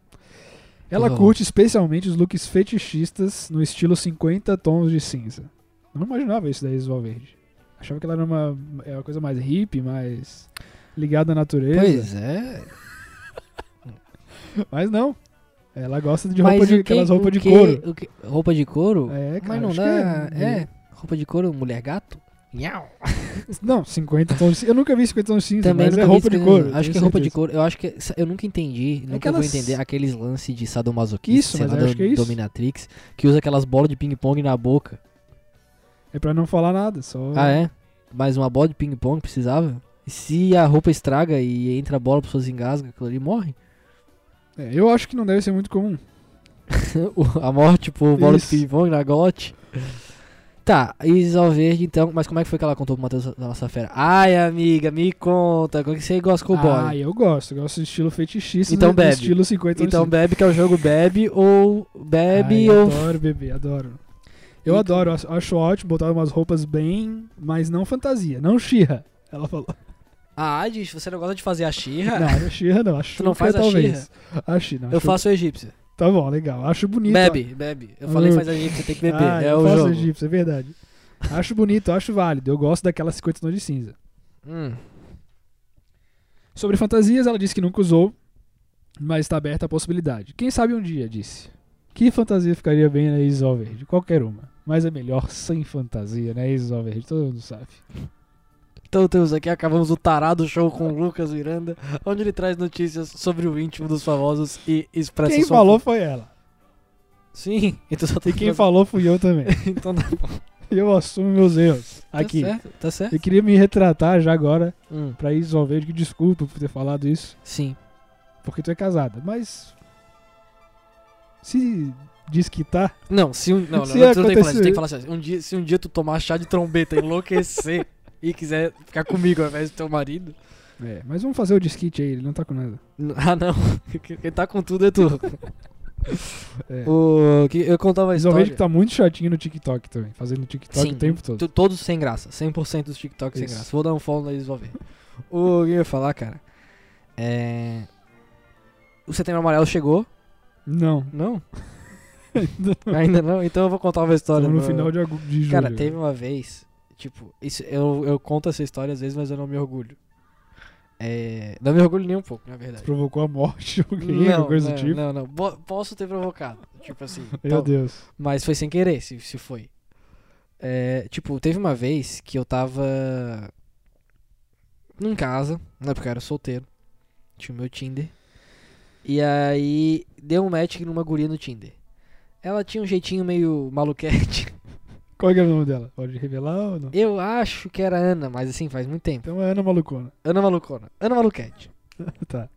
Ela favor. curte especialmente os looks fetichistas no estilo 50 tons de cinza. Eu não imaginava isso da Is Valverde. Achava que ela era uma, era uma coisa mais hippie, mais ligada à natureza. Pois é. Mas não. Ela gosta de Mas roupa de, o que- aquelas roupas o de que- couro. o que- roupa de couro? É, né? cara, Mas não acho dá. que É. Roupa de couro, mulher gato? Nhau. Não, 50 tons de cinza. Eu nunca vi 50 tons de cinza, Também mas é nunca vi roupa de isso, couro. Acho que tenho roupa de certeza. couro. Eu acho que. Eu nunca entendi. Nunca Aquelas- vou entender aqueles lances de sadomasoquista, Isso, sei mas lá, eu do- acho que é isso. Dominatrix, que usa aquelas bolas de ping-pong na boca. É pra não falar nada, só... Ah, é? Mas uma bola de ping-pong precisava? E se a roupa estraga e entra a bola, a pessoa se engasga, aquilo ali morre? É, Eu acho que não deve ser muito comum. O- a morte por bola Isso. de ping-pong na gote. Tá, Isal Verde então. Mas como é que foi que ela contou pro Matheus da nossa fera? Ai, amiga, me conta. Como é que você gosta com o ah, boy? eu gosto. Eu gosto do estilo fetichista. Então do- do bebe. estilo 50 tons de Então cinza. bebe, que é o jogo bebe ou bebe assim. Ai, ou Adoro beber, adoro. Eu Muito adoro, acho- acho ótimo botar umas roupas bem, mas não fantasia, não xirra. Ela falou. Ah, gente, você não gosta de fazer a xirra? Não, a xirra não, a Xuca não faz a talvez. A Xirra. Eu faço a egípcia. Tá bom, legal. Acho bonito. Bebe, bebe. Eu falei Ah. faz a egípcia, tem que beber. Ah, é eu o faço jogo. egípcio, é verdade. Acho bonito, acho válido. Eu gosto daquela 50 tons de cinza. Hum. Sobre fantasias, ela disse que nunca usou, mas está aberta a possibilidade. Quem sabe um dia, disse. Que fantasia ficaria bem na Isol Verde? Qualquer uma. Mas é melhor sem fantasia, né, Isol Verde? Todo mundo sabe. Então temos aqui, acabamos o tarado show com o Lucas Miranda, onde ele traz notícias sobre o íntimo dos famosos e expressa Quem sua- falou foi ela. Sim, então só tem E quem falou fui eu também. Então tá bom. Eu assumo meus erros Tá aqui. certo, tá certo. Eu queria me retratar já agora Hum, pra Isol Verde, que desculpa por ter falado isso, Sim. porque tu é casada, mas se diz que tá, Não, se um. Não, não, Se não, tu não tem que falar isso, acontecer- tem que falar assim. Um dia, se um dia tu tomar chá de trombeta e enlouquecer, e quiser ficar comigo ao invés do teu marido. É, mas vamos fazer o disquite aí, ele não tá com nada. N- Ah, não. Quem tá com tudo é tu. É. O, que, eu contava a Mas eu história. vejo que tá muito chatinho no TikTok também, fazendo TikTok Sim. o tempo todo. Tu- Todos sem graça. 100% dos TikToks sem Isso. graça. Vou dar um follow neles e vou ver. O que eu ia falar, cara? É. O Setembro Amarelo chegou? Não. Não? Ainda não? Então eu vou contar uma história. Estamos no do- final de, agu- de julho. Cara, teve uma vez, tipo, isso, eu, eu conto essa história às vezes, mas eu não me orgulho. É, não me orgulho nem um pouco, na Isso verdade. Provocou a morte de alguém, Não, alguma coisa não, do tipo. não, não. Bo- Posso ter provocado. Tipo assim. Meu tal. Deus. Mas foi sem querer, se, se foi. É, tipo, teve uma vez que eu tava em casa, na época eu era solteiro, tinha o meu Tinder. E aí deu um match numa guria no Tinder. Ela tinha um jeitinho meio maluquete. Qual que é o nome dela? Pode revelar ou não? Eu acho que era Ana, mas assim, faz muito tempo. Então é Ana Malucona. Ana Malucona. Ana Maluquete. tá.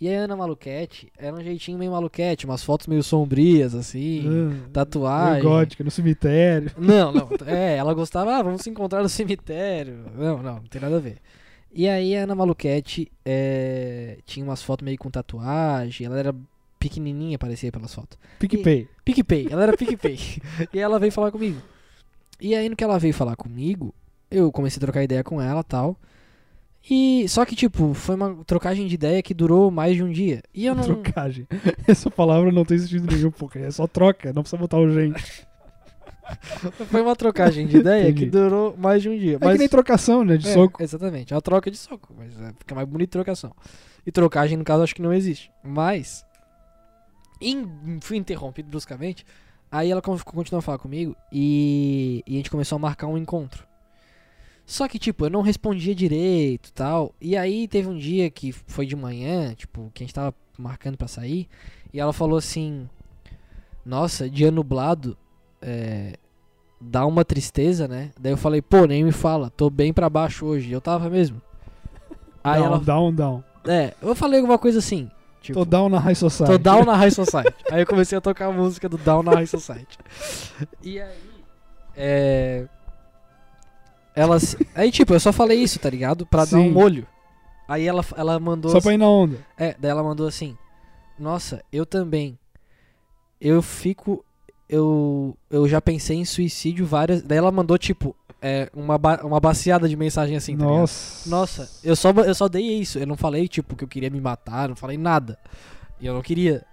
E a Ana Maluquete era um jeitinho meio maluquete, umas fotos meio sombrias, assim, Ah, meio tatuagem. gótica, no cemitério. Não, não. É, ela gostava, ah, vamos se encontrar no cemitério. Não, não, não tem nada a ver. E aí a Ana Maluquete é, tinha umas fotos meio com tatuagem, ela era pequenininha, parecia pelas fotos. PicPay. PicPay, ela era PicPay. e ela veio falar comigo. E aí no que ela veio falar comigo, eu comecei a trocar ideia com ela tal. E só que, tipo, foi uma trocagem de ideia que durou mais de um dia. E eu não. Trocagem. Essa palavra não tem sentido nenhum, porque é só troca, não precisa botar o gente. É Foi uma trocagem de ideia que Entendi. durou mais de um dia. É mas que nem trocação, né? De É, soco. Exatamente, é uma troca de soco, mas é, fica mais bonito trocação. E trocagem, no caso, acho que não existe. Mas, em- fui interrompido bruscamente, aí ela con- continuou a falar comigo e, e a gente começou a marcar um encontro. Só que, tipo, eu não respondia direito e tal. E aí teve um dia que foi de manhã, tipo, que a gente tava marcando pra sair, e ela falou assim: Nossa, dia nublado, é, dá uma tristeza, né? Daí eu falei, pô, nem me fala, tô bem pra baixo hoje. Eu tava mesmo. Aí down, ela. down, down. É, eu falei alguma coisa assim. Tipo, Tô down na High Society. Tô down na High Society. aí eu comecei a tocar a música do Down na High Society. E aí. É. Elas. Aí, tipo, eu só falei isso, tá ligado? Pra dar Sim. um olho. Aí ela, ela mandou. Só pra ir na onda. É, daí ela mandou assim: Nossa, eu também. Eu fico. Eu, eu já pensei em suicídio várias. Daí ela mandou, tipo, é, uma, ba- uma baciada de mensagem assim, tá ligado? Nossa. Nossa, eu só, eu só dei isso. Eu não falei, tipo, que eu queria me matar, não falei nada. E eu não queria.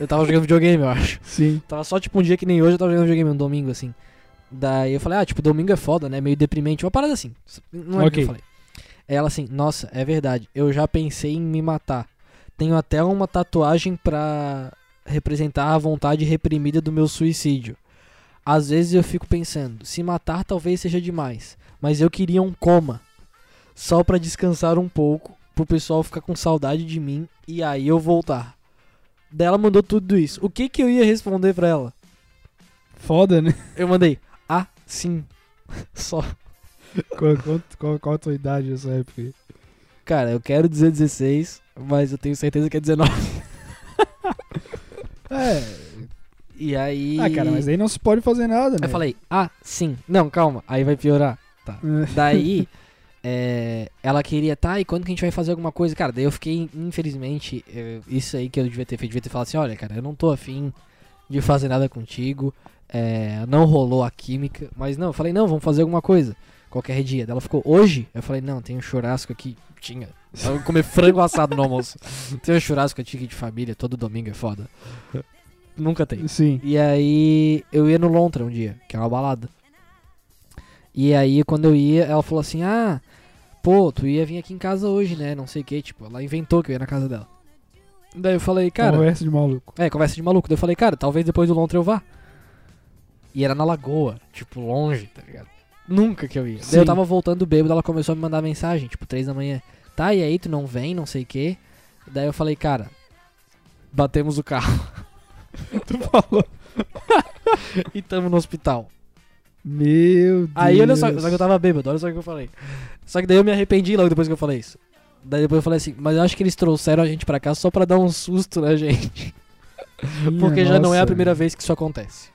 Eu tava jogando videogame, eu acho. Sim. Tava só, tipo, um dia que nem hoje eu tava jogando videogame, um domingo, assim. Daí eu falei, ah, tipo, domingo é foda, né? Meio deprimente. Uma parada assim. Não é o que Ok. eu falei. Aí Ela assim, nossa, é verdade. Eu já pensei em me matar. Tenho até uma tatuagem pra representar a vontade reprimida do meu suicídio. Às vezes eu fico pensando, se matar talvez seja demais, mas eu queria um coma. Só pra descansar um pouco, pro pessoal ficar com saudade de mim e aí eu voltar. Daí ela mandou tudo isso. O que que eu ia responder pra ela? Foda, né? Eu mandei, ah, sim. Só. Qual, quanto- qual, qual a tua idade nessa época aí? Cara, eu quero dizer 16, mas eu tenho certeza que é 19. É. E aí. Ah, cara, mas aí não se pode fazer nada, né? Eu falei, ah, sim. Não, calma, aí vai piorar. É. Daí, é, ela queria, tá, e quando que a gente vai fazer alguma coisa? Cara, daí eu fiquei, infelizmente, eu- isso aí que eu devia ter feito, devia ter falado assim, olha, cara, eu não tô afim de fazer nada contigo, é, não rolou a química, mas não, eu falei, não, vamos fazer alguma coisa, qualquer dia. Daí ela ficou, hoje? Eu falei, não, tem um churrasco aqui, tinha, eu vou comer frango assado no almoço. Tem um churrasco aqui de família, todo domingo é foda. Nunca tem. Sim. E aí eu ia no Lontra um dia, que é uma balada. E aí quando eu ia, ela falou assim: "Ah, pô, tu ia vir aqui em casa hoje, né? Não sei o que, tipo, ela inventou que eu ia na casa dela". Daí eu falei: "Cara, Conversa Tá um de maluco. é, conversa de maluco". Daí eu falei: "Cara, talvez depois do Lontra eu vá". E era na lagoa, tipo, longe, tá ligado? Nunca que eu ia. Daí Sim. eu tava voltando bêbado, ela começou a me mandar mensagem, tipo, três da manhã. Tá, e aí tu não vem, não sei o que. Daí eu falei, cara, batemos o carro Tu falou. e tamo no hospital. Meu Deus. Aí olha só, só que eu tava bêbado, olha só o que eu falei. Só que daí eu me arrependi logo depois que eu falei isso. Daí depois eu falei assim, mas eu acho que eles trouxeram a gente pra cá só pra dar um susto na gente. Minha Porque já não é a nossa. primeira vez que isso acontece.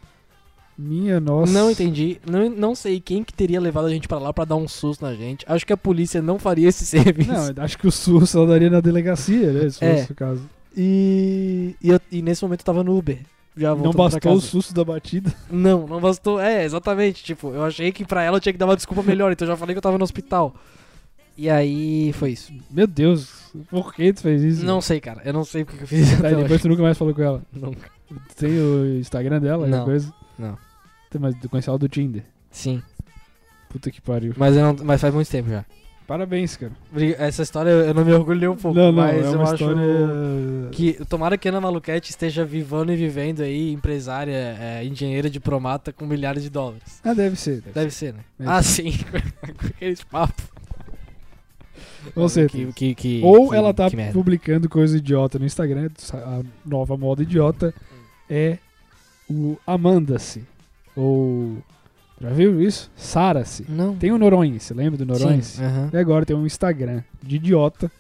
Minha nossa. Não entendi. Não, não sei quem que teria levado a gente pra lá pra dar um susto na gente. Acho que a polícia não faria esse serviço. Não, acho que o SUS só daria na delegacia, né? Se É. fosse o caso. E, e, eu- e nesse momento eu tava no Uber. Já Não voltando pra bastou o casa. susto da batida. Não, não bastou. É, exatamente. Tipo, eu achei que pra ela eu tinha que dar uma desculpa melhor, então eu já falei que eu tava no hospital. E aí foi isso. Meu Deus, por que tu fez isso? Não sei, cara. Eu não sei porque que eu fiz isso. Tá, até e depois hoje. tu nunca mais falou com ela. Nunca. Tem o Instagram dela, Não, alguma coisa? não. Tem, mas tu conhece ela do Tinder. Sim. Puta que pariu. Mas, eu não, mas faz muito tempo já. Parabéns, cara. Obrig- Essa história eu não me orgulhei um pouco, não, não, mas é eu uma acho história... que tomara que Ana Maluquete esteja vivando e vivendo aí, empresária, é, engenheira diplomata com milhares de dólares. Ah, deve ser. Deve Deve ser, né? É. Ah, sim. Com aqueles papos. ser. Ou, seja, Que- que- que- ou que- ela tá que merda. publicando coisa idiota no Instagram, a nova moda idiota é o Amanda-se. Ou... Já viu isso? Sara-se. Não. Tem o Noronha, você lembra do Noronha? Sim, É. aham. E agora tem um Instagram de idiota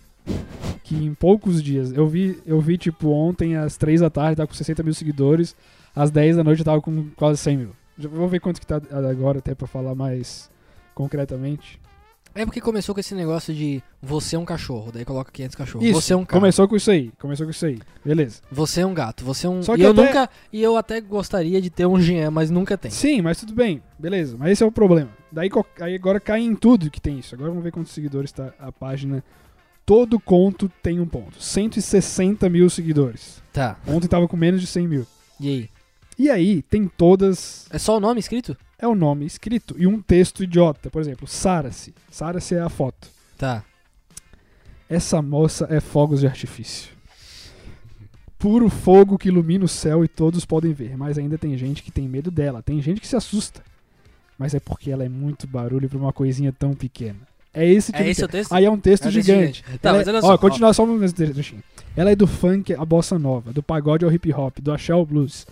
que em poucos dias. Eu vi, eu vi tipo, ontem às 3 da tarde tava com 60 mil seguidores, às 10 da noite eu tava com quase 100 mil. Já vou ver quanto que tá agora, até pra falar mais concretamente. É porque começou com esse negócio de você é um cachorro, daí coloca 500 cachorros. Isso, Você é um cara, Começou com isso aí, começou com isso aí. Beleza. você é um gato, você é um... Só e que eu até- nunca... E eu até gostaria de ter um Jean, mas nunca tem. Sim, mas tudo bem, beleza. Mas esse é o problema. Daí co- aí agora cai em tudo que tem isso. Agora vamos ver quantos seguidores tá a página. Todo conto tem um ponto. 160 mil seguidores. Tá, Ontem tava com menos de 100 mil. e aí? E aí tem todas. É só o nome escrito? É o nome escrito e um texto idiota. Por exemplo, Sara-se. Sara-se é a foto. Tá. Essa moça é fogos de artifício. Puro fogo que ilumina o céu e todos podem ver, mas ainda tem gente que tem medo dela, tem gente que se assusta. Mas é porque ela é muito barulho pra uma coisinha tão pequena. É esse tipo É de esse o texto. texto? Aí é um texto É desse gigante. jeito. Tá, Ela mas é- olha Ó, só. continua só um trechinho. Ela é do funk à bossa nova, do pagode ao hip hop, do axé ao blues.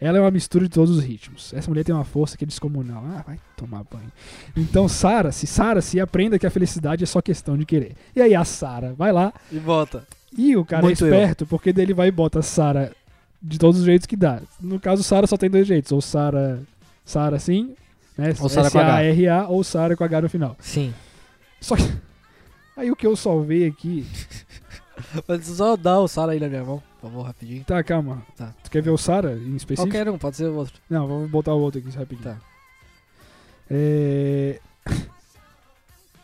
Ela é uma mistura de todos os ritmos. Essa mulher tem uma força que é descomunal. Ah, vai tomar banho. Então, Sara-se, Sara-se, e aprenda que a felicidade é só questão de querer. E aí a Sara vai lá ó, E bota. e o cara Muito é eu. esperto, porque dele vai e bota Sara de todos os jeitos que dá. No caso, Sara só tem dois jeitos, ou Sara Sara sim, né? Ou Sarah com H. S-A-R-A, ou Sara com H no final. Sim. Só que Aí o que eu salvei aqui Mas só dá o Sara aí na minha mão, por favor, rapidinho. Tá, calma. Tá. Tu quer ver o Sara em específico? Qualquer um, pode ser o outro. Não, vamos botar o outro aqui rapidinho. Tá. É...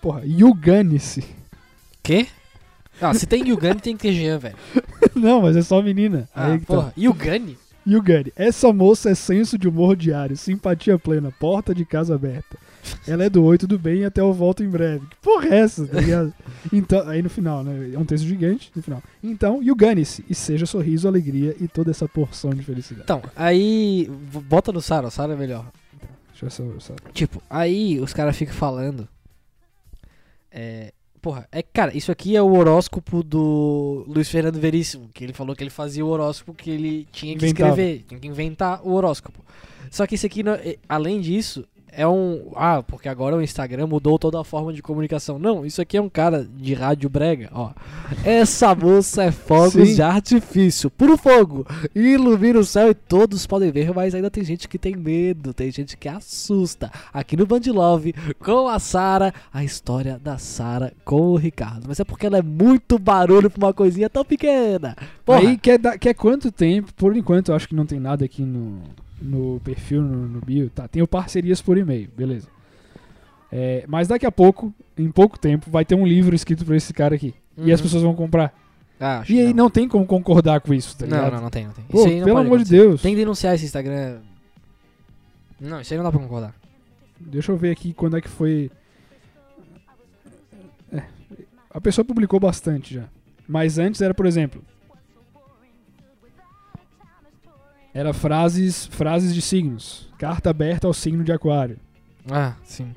Porra, Yugane-se. Quê? Ah, se tem Yugani, tem que ter Jean, velho. Não, mas é só menina. Ah, Aí que porra. tá. Yugani? Yugane. Essa moça é senso de humor diário, simpatia plena, porta de casa aberta. Ela é do oi, tudo bem, até eu volto em breve. Que porra é essa, tá ligado? Então, aí no final, né? É um texto gigante no final. Então, Yugane-se e seja sorriso, alegria e toda essa porção de felicidade. Então, aí... v- Bota no Sara, o Sara é melhor. Deixa eu só, eu só. Tipo, aí os caras ficam falando. É. Porra, é que, cara, isso aqui é o horóscopo do Luiz Fernando Veríssimo, que ele falou que ele fazia o horóscopo que ele tinha que Inventava. escrever, tinha que inventar o horóscopo. Só que isso aqui, não- é- além disso, é um. Ah, porque agora o Instagram mudou toda a forma de comunicação. Não, isso aqui é um cara de rádio brega, ó. Essa moça é fogos Sim. de artifício, puro fogo, ilumina o céu e todos podem ver, mas ainda tem gente que tem medo, tem gente que assusta. Aqui no Band Love, com a Sara, a história da Sara com o Ricardo. Mas é porque ela é muito barulho pra uma coisinha tão pequena. Porra, Aí quer, dar- quer quanto tempo? Por enquanto, eu acho que não tem nada aqui no, no perfil, no, no bio. Tá, tenho parcerias por e-mail, beleza. É, mas daqui a pouco, em pouco tempo, vai ter um livro escrito por esse cara aqui. E as Uhum. pessoas vão comprar. Ah, acho E que aí não. tem como concordar com isso, tá não. ligado? Não, não, não tem, não tem. Pô, isso aí não pelo pode amor de acontecer. Deus. Tem que denunciar esse Instagram. Não, isso aí não dá pra concordar. Deixa eu ver aqui quando é que foi. É, a pessoa publicou bastante já. Mas antes era, por exemplo. Era frases, frases de signos. Carta aberta ao signo de aquário. Ah, sim.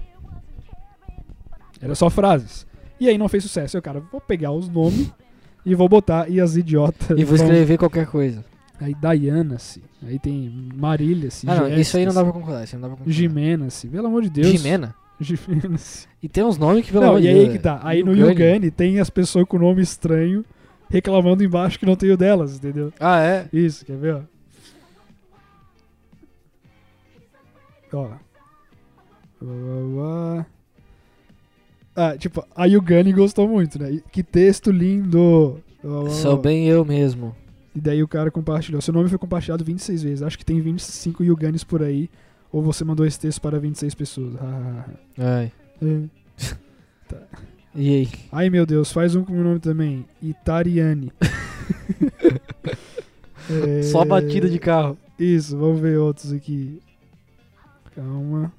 Era só frases. E aí não fez sucesso. Eu, cara, vou pegar os nomes e vou botar e as idiotas. E vou vão- escrever qualquer coisa. Aí Diana-se. Aí tem Marília-se. Ah, não, isso aí não dá Jéssica-se, pra concordar. Isso aí não dá pra concordar. Jimena-se. Pelo amor de Deus. Jimena? Jimena-se. E tem uns nomes que, pelo Não, amor e de aí Deus, que tá. velho. Aí no Yugani. Yugani tem as pessoas com nome estranho reclamando embaixo que não tem o delas, entendeu? Ah, é? Isso, quer ver, ó? ó. Blá, blá, blá. Ah, tipo, a Yugani gostou muito, né? E Que texto lindo! Blá, blá, blá. Sou bem eu mesmo. E daí o cara compartilhou. Seu nome foi compartilhado 26 vezes. Acho que tem 25 Yuganis por aí. Ou você mandou esse texto para 26 pessoas. Ah, Ai. é. E aí? Ai meu Deus, faz um com o meu nome também. Itariane. É, Só batida de carro. Isso, vamos ver outros aqui. Calma.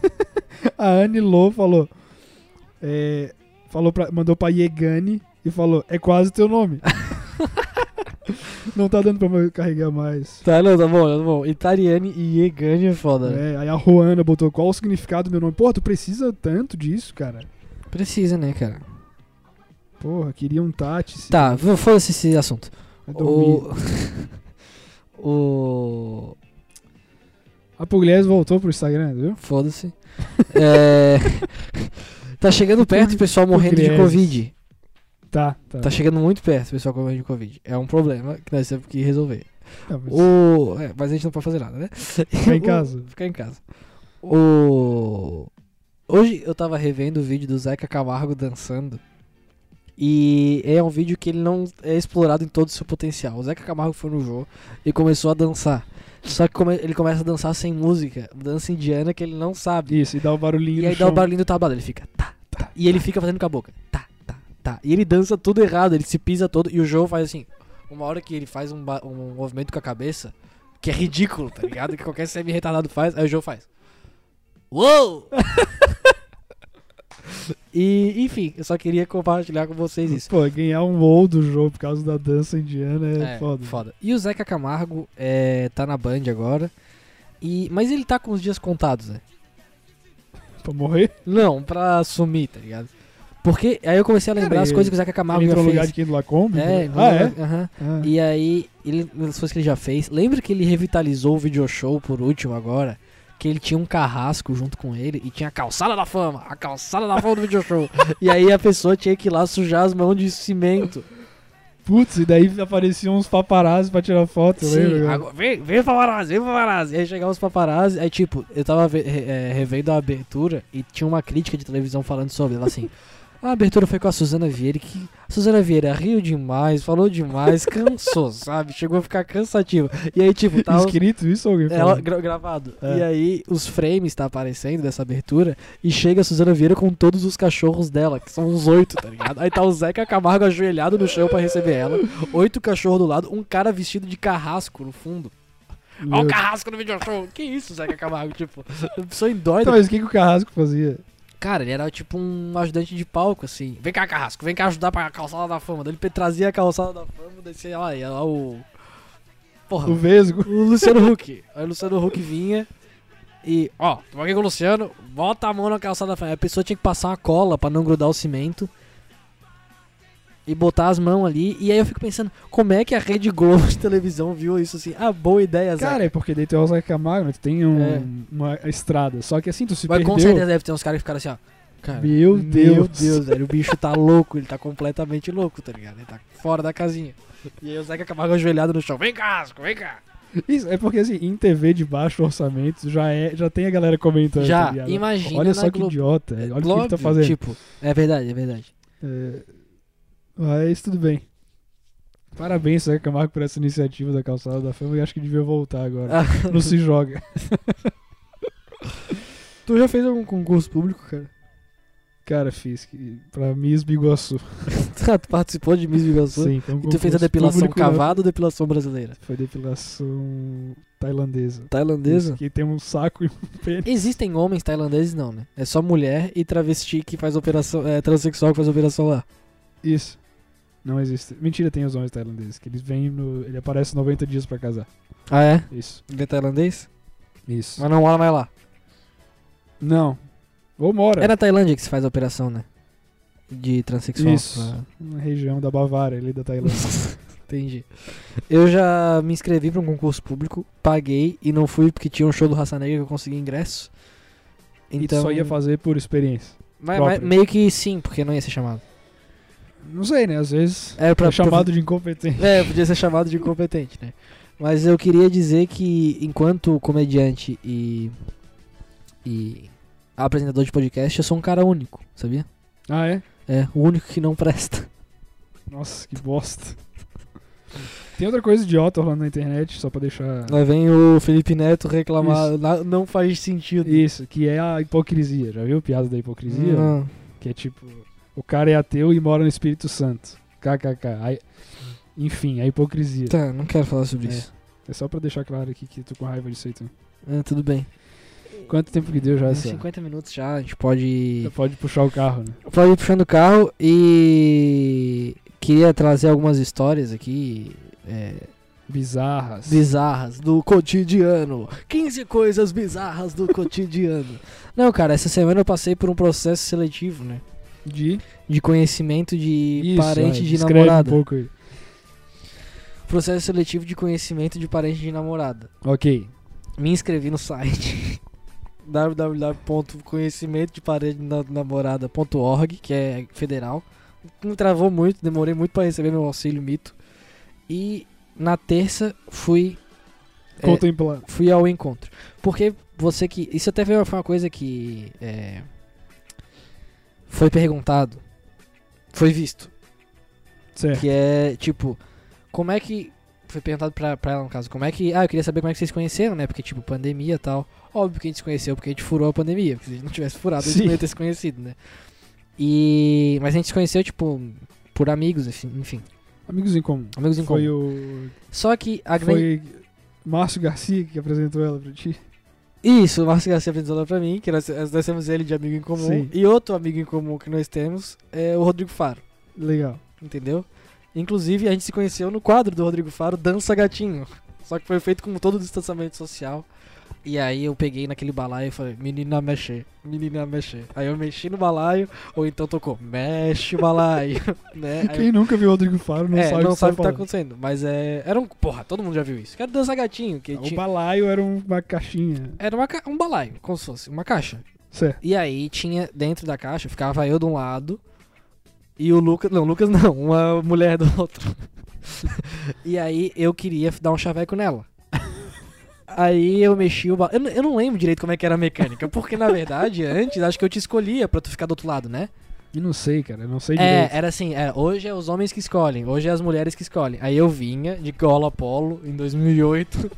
A Anne Lou falou. é, falou pra, mandou pra Yegane e falou: É quase teu nome. Não tá dando pra eu carregar mais. Tá, não, tá bom, tá bom. Itariane e Yegane é foda. né? É, aí a Ruana botou qual o significado do meu nome. Porra, tu precisa tanto disso, cara. Precisa, né, cara? Porra, queria um táxi. Tá, v- foda-se esse assunto. vai dormir. O. o. A Pugliese voltou pro Instagram, viu? Foda-se. É, Tá chegando perto o pessoal morrendo de Pugliese. Covid. Tá, tá. Tá chegando muito perto o pessoal morrendo de Covid. É um problema que nós temos que resolver. Tá, mas O... é, mas a gente não pode fazer nada, né? Ficar em O- casa. Ficar em casa. O... Hoje eu tava revendo o vídeo do Zeca Camargo dançando. E é um vídeo que ele não é explorado em todo o seu potencial. O Zeca Camargo foi no jogo e começou a dançar. Só que come- ele começa a dançar sem música, dança indiana que ele não sabe. Isso, e dá o barulhinho E no aí dá o chão. barulhinho do tablado, ele fica tá, tá. E ele fica fazendo com a boca tá, tá, tá. E ele dança tudo errado, ele se pisa todo. E o João faz assim: uma hora que ele faz um, ba- um movimento com a cabeça, que é ridículo, tá ligado? Que qualquer semi-retardado faz, aí o João faz: Uou! e, enfim, eu só queria compartilhar com vocês isso. Pô, ganhar um gol do jogo por causa da dança indiana é, É, foda. E o Zeca Camargo é, tá na Band agora. E, mas ele tá com os dias contados, né? Pra morrer, Não, pra sumir, tá ligado? Porque aí eu comecei a lembrar Cara, as ele- coisas que o Zeca ele Camargo já entrou no lugar fez. de quem do Lacombe? É, né? no ah, é? lugar- aham. Ah. E aí, ele, nas coisas que ele já fez, lembra que ele revitalizou o video show por último agora? Que ele tinha um carrasco junto com ele e tinha a calçada da fama, a calçada da fama do video show. e aí a pessoa tinha que ir lá sujar as mãos de cimento. Putz, e daí apareciam uns paparazzi pra tirar foto, né? Sim, lembra? agora, vem, vem paparazzi, vem paparazzi. né? Aí chegavam os paparazzi, aí tipo, eu tava ve- re- é, revendo a abertura e tinha uma crítica de televisão falando sobre ela assim. A abertura foi com a Suzana Vieira, que a Suzana Vieira riu demais, falou demais, cansou, sabe? Chegou a ficar cansativa. E aí, tipo, tava. os- Escrito isso ou alguém Ela falou? gra- gravado. É. E aí, os frames tá aparecendo dessa abertura. E chega a Suzana Vieira com todos os cachorros dela, que são uns oito, tá ligado? Aí tá o Zeca Camargo ajoelhado no chão pra receber ela. Oito cachorros do lado, um cara vestido de carrasco no fundo. Ó, o Meu- carrasco no video show. Que isso, Zeca Camargo? tipo, a pessoa indóida. Então, mas o que, que o Carrasco fazia? Cara, ele era tipo um ajudante de palco, assim. Vem cá, carrasco, vem cá ajudar pra calçada da fama. Daí Ele trazia a calçada da fama, descia lá, ia lá o. Porra, O Vesgo? o Luciano Huck. Aí o Luciano Huck vinha e, ó, tô aqui com o Luciano, bota a mão na calçada da frente. A pessoa tinha que passar uma cola pra não grudar o cimento e botar as mãos ali. E aí eu fico pensando, como é que a Rede Globo de televisão viu isso assim? Ah, boa ideia, Zé. Cara, é porque daí tu é o Zeca Camargo, né? tu tem um- É. uma estrada. Só que assim, tu se Mas com perdeu. certeza deve ter uns caras que ficaram assim, ó. Cara, Meu Meu Deus. Deus, velho, o bicho tá louco, ele tá completamente louco, tá ligado? Ele tá fora da casinha. E aí o Zeca Camargo ajoelhado no chão, vem casco, vem cá. Isso, é porque assim, em TV de baixo orçamento, já, é, já tem a galera comentando. Já, tá ligado? imagina Olha na só que Globo. idiota. Olha o que ele Óbvio, tá fazendo. Tipo, é verdade, é verdade. É, Mas tudo bem. Parabéns, Zeca Camargo, por essa iniciativa da Calçada da Fama e acho que devia voltar agora. Não se joga. Tu já fez algum concurso público, cara? Cara, fiz que- pra Miss Biguaçu. Ah, tu participou de Miss Vigaçu? Sim, foi um E tu fez a concurso depilação público, né? cavada ou depilação brasileira? Foi depilação tailandesa. Tailandesa? Isso, Que tem um saco e um pênis. Existem homens tailandeses, não, né? É só mulher e travesti que faz operação. É, transexual que faz operação lá. Isso. Não existe. Mentira, tem os homens tailandeses. Que eles vêm no. Ele aparece 90 dias pra casar. Ah, é? Isso. Ele é tailandês? Isso. Mas não mora mais lá. Não. Ou mora. É na Tailândia que se faz a operação, né? De transexual. Isso. Ah. Na região da Bavária, ali da Tailândia. Entendi. Eu já me inscrevi pra um concurso público, paguei e não fui porque tinha um show do Raça Negra que eu consegui ingresso. Então, E só ia fazer por experiência. mas- mas próprio. meio que sim, porque não ia ser chamado. Não sei, né? Às vezes É pra é chamado de incompetente. É, podia ser chamado de incompetente, né? Mas eu queria dizer que, enquanto comediante e e apresentador de podcast, eu sou um cara único, sabia? Ah, é? É, o único que não presta. Nossa, que bosta. Tem outra coisa idiota rolando na internet, só pra deixar. Aí vem o Felipe Neto reclamar, "Na- não faz sentido. Isso, que é a hipocrisia. Já viu a piada da hipocrisia? Não. Que é tipo, o cara é ateu e mora no Espírito Santo. KKK. Aí- enfim, a hipocrisia. Tá, não quero falar sobre É. isso. É só pra deixar claro aqui que tô com raiva disso aí também. É, tudo bem. Quanto tempo que deu já Uns essa? 50 minutos já, a gente pode. Pode puxar o carro, né? Pode ir puxando o carro e. Queria trazer algumas histórias aqui. é, Bizarras. bizarras do cotidiano. 15 coisas bizarras do cotidiano. Não, cara, essa semana eu passei por um processo seletivo, né? De De conhecimento de Isso, parente é, de descreve namorada. Um pouco aí. Processo seletivo de conhecimento de parente de namorada. Ok. Me inscrevi no site www.conhecimentodeparentenamorada.org, que é federal. Me travou muito, demorei muito pra receber meu auxílio mito. E na terça fui É. Contemplar. fui ao encontro. Porque você que. Isso até foi uma- foi uma coisa que. é, foi perguntado. Foi visto. Certo. Que é tipo. Como é que. Foi perguntado pra, pra ela, no caso, como é que. Ah, eu queria saber como é que vocês se conheceram, né? Porque, tipo, pandemia e tal. Óbvio que a gente se conheceu porque a gente furou a pandemia. Porque se a gente não tivesse furado, a gente Sim. não ia ter se conhecido, né? E. Mas a gente se conheceu, tipo, por amigos, enfim. enfim, Amigos em comum. amigos em Foi comum. o. Só que a grande. Foi Márcio Garcia que apresentou ela pra ti. Isso, o Márcio Garcia apresentou lá pra mim, que nós, nós temos ele de amigo em comum. Sim. E outro amigo em comum que nós temos é o Rodrigo Faro, Legal. entendeu? Inclusive, a gente se conheceu no quadro do Rodrigo Faro, Dança Gatinho. Só que foi feito com todo o distanciamento social. E aí eu peguei naquele balaio e falei, menina mexer, menina mexer. Aí eu mexi no balaio, ou então tocou, mexe o balaio, né? Aí eu- Quem nunca viu o Rodrigo Faro não é, sabe, não sabe o que tá falando. acontecendo. Mas é. Era um. Porra, todo mundo já viu isso. Quero dançar gatinho. Que O tinha- balaio era um- uma caixinha. Era uma ca- um balaio, como se fosse, uma caixa. Certo. E aí tinha dentro da caixa, ficava eu de um lado e o Lucas. Não, o Lucas não, uma mulher do outro. e aí eu queria dar um chaveco nela. Aí eu mexi o ba... eu, não- eu não lembro direito como é que era a mecânica, porque na verdade, antes, acho que eu te escolhia pra tu ficar do outro lado, né? E não sei, cara. eu Não sei É, direito. era assim, é, hoje é os homens que escolhem, hoje é as mulheres que escolhem. Aí eu vinha de gola polo em 2008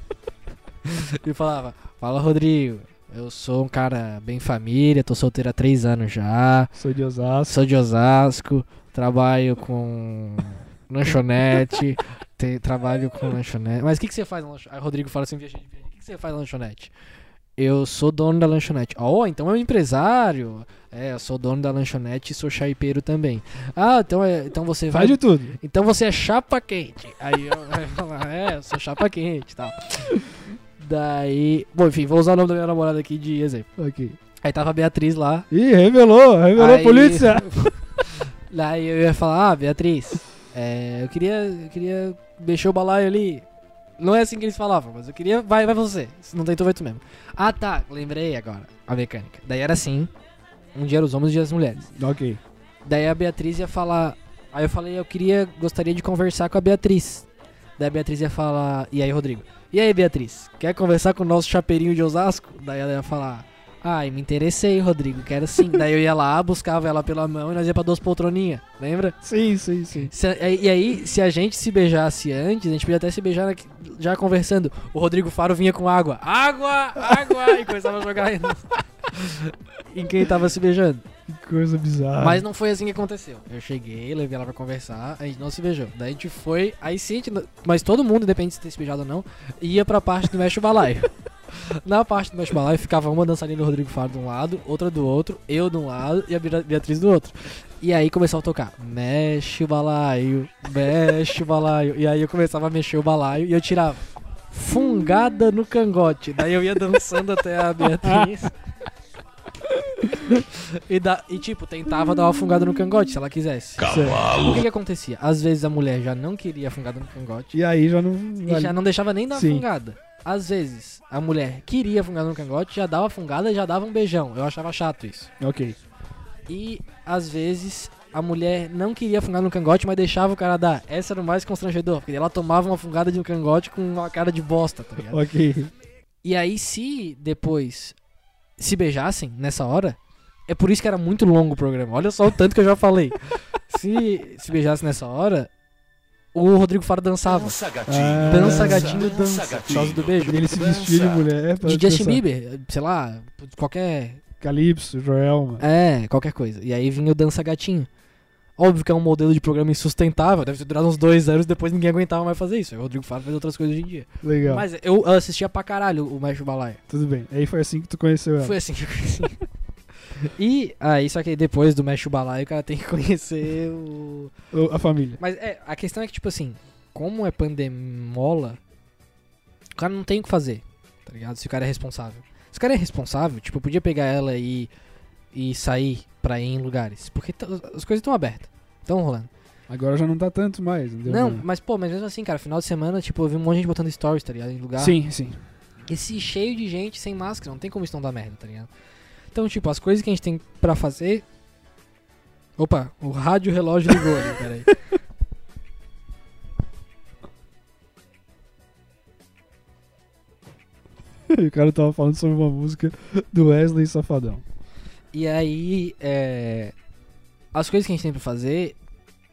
e falava: Fala Rodrigo, eu sou um cara bem família, tô solteiro há três anos já, Sou de Osasco. sou de Osasco, trabalho com lanchonete, te- trabalho com lanchonete. Mas o que, que você faz na lanchonete? Aí o Rodrigo fala assim: viajei de viagem, o que, que você faz na lanchonete? Eu sou dono da lanchonete. Oh, então é um empresário. É, eu sou dono da lanchonete e sou chaipeiro também. Ah, então, é, então você vai. Faz de tudo. Então você é chapa quente. Aí eu, aí eu falava, é, eu sou chapa quente e tal. Daí. Bom, enfim, vou usar o nome da minha namorada aqui de exemplo. Ok. Aí tava a Beatriz lá. Ih, revelou. Revelou Aí- a polícia. Daí eu ia falar, ah, Beatriz, é, eu queria. Eu queria mexer o balaio ali. Não é assim que eles falavam, mas eu queria. Vai, vai você. Se não tentou, vai tu mesmo. Ah tá, lembrei agora. A mecânica. Daí era assim. Um dia era os homens e um dia as mulheres. Ok. Daí a Beatriz ia falar. Aí eu falei, eu queria, gostaria de conversar com a Beatriz. Daí a Beatriz ia falar. E aí, Rodrigo? E aí, Beatriz? Quer conversar com o nosso chapeirinho de Osasco? Daí ela ia falar. Ai, me interessei, Rodrigo, quero sim. Daí eu ia lá, buscava ela pela mão e nós ia pra duas poltroninhas, lembra? Sim, sim, sim. Se a- e aí, se a gente se beijasse antes, a gente podia até se beijar aqui- já conversando. O Rodrigo Faro vinha com água. Água! Água! E começava a jogar em- em quem tava se beijando. Que coisa bizarra. Mas não foi assim que aconteceu. Eu cheguei, levei ela pra conversar, a gente não se beijou. Daí a gente foi, aí sim, a gente, mas todo mundo, independente de ter se beijado ou não, ia pra parte do Mexe o Balaio. Na parte do Mexe o Balaio ficava uma dançarina do Rodrigo Faro de um lado, outra do outro, eu de um lado e a Bira- Beatriz do outro. E aí começou a tocar, mexe o balaio, mexe o balaio. E aí eu começava a mexer o balaio e eu tirava fungada no cangote. Daí eu ia dançando até a Beatriz. E, da, e tipo, tentava dar uma fungada no cangote se ela quisesse. O que, que acontecia? Às vezes a mulher já não queria fungada no cangote E aí já não. e já não deixava nem dar Sim. fungada. Às vezes a mulher queria fungada no cangote, já dava fungada e já dava um beijão. Eu achava chato isso. Ok. E às vezes a mulher não queria fungar no cangote, mas deixava o cara dar. Essa era o mais constrangedor, porque ela tomava uma fungada de um cangote com uma cara de bosta, tá ligado? Ok. E aí, se depois se beijassem nessa hora, é por isso que era muito longo o programa. Olha só o tanto que eu já falei. se se beijassem nessa hora, o Rodrigo Faro dançava. Ah, Dança, gatinho, dança. Por causa do beijo. Ele se vestia de mulher. pra De Justin dançar. Bieber, sei lá, qualquer. Calypso, Joelma. É, qualquer coisa. E aí vinha o Dança Gatinho. Óbvio que é um modelo de programa insustentável, deve ter durado uns dois anos, depois ninguém aguentava mais fazer isso. Aí o Rodrigo Faro faz outras coisas hoje em dia. Legal. É, Mas eu assistia pra caralho o Mestre Balaia. Tudo bem. Aí foi assim que tu conheceu ela. Foi assim que eu conheci. E aí, só que depois do Mexe o Balaio, o cara tem que conhecer o. O- A família. Mas é, a questão é que, tipo assim, como é pandemola, o cara não tem o que fazer, tá ligado? Se o cara é responsável. Se o cara é responsável, tipo, eu podia pegar ela e, e sair pra ir em lugares. Porque t- as coisas estão abertas, estão rolando. Agora já não tá tanto mais. Não, deu não, nada. mas pô, mas mesmo assim, cara, final de semana, tipo, eu vi um monte de gente botando stories, tá ligado? Em lugar. Sim, sim. Esse cheio de gente sem máscara, não tem como isso não dar merda, tá ligado? Então, tipo, as coisas que a gente tem pra fazer. Opa, o rádio relógio ligou ali, peraí. o cara tava falando sobre uma música do Wesley Safadão. E aí, é, as coisas que a gente tem pra fazer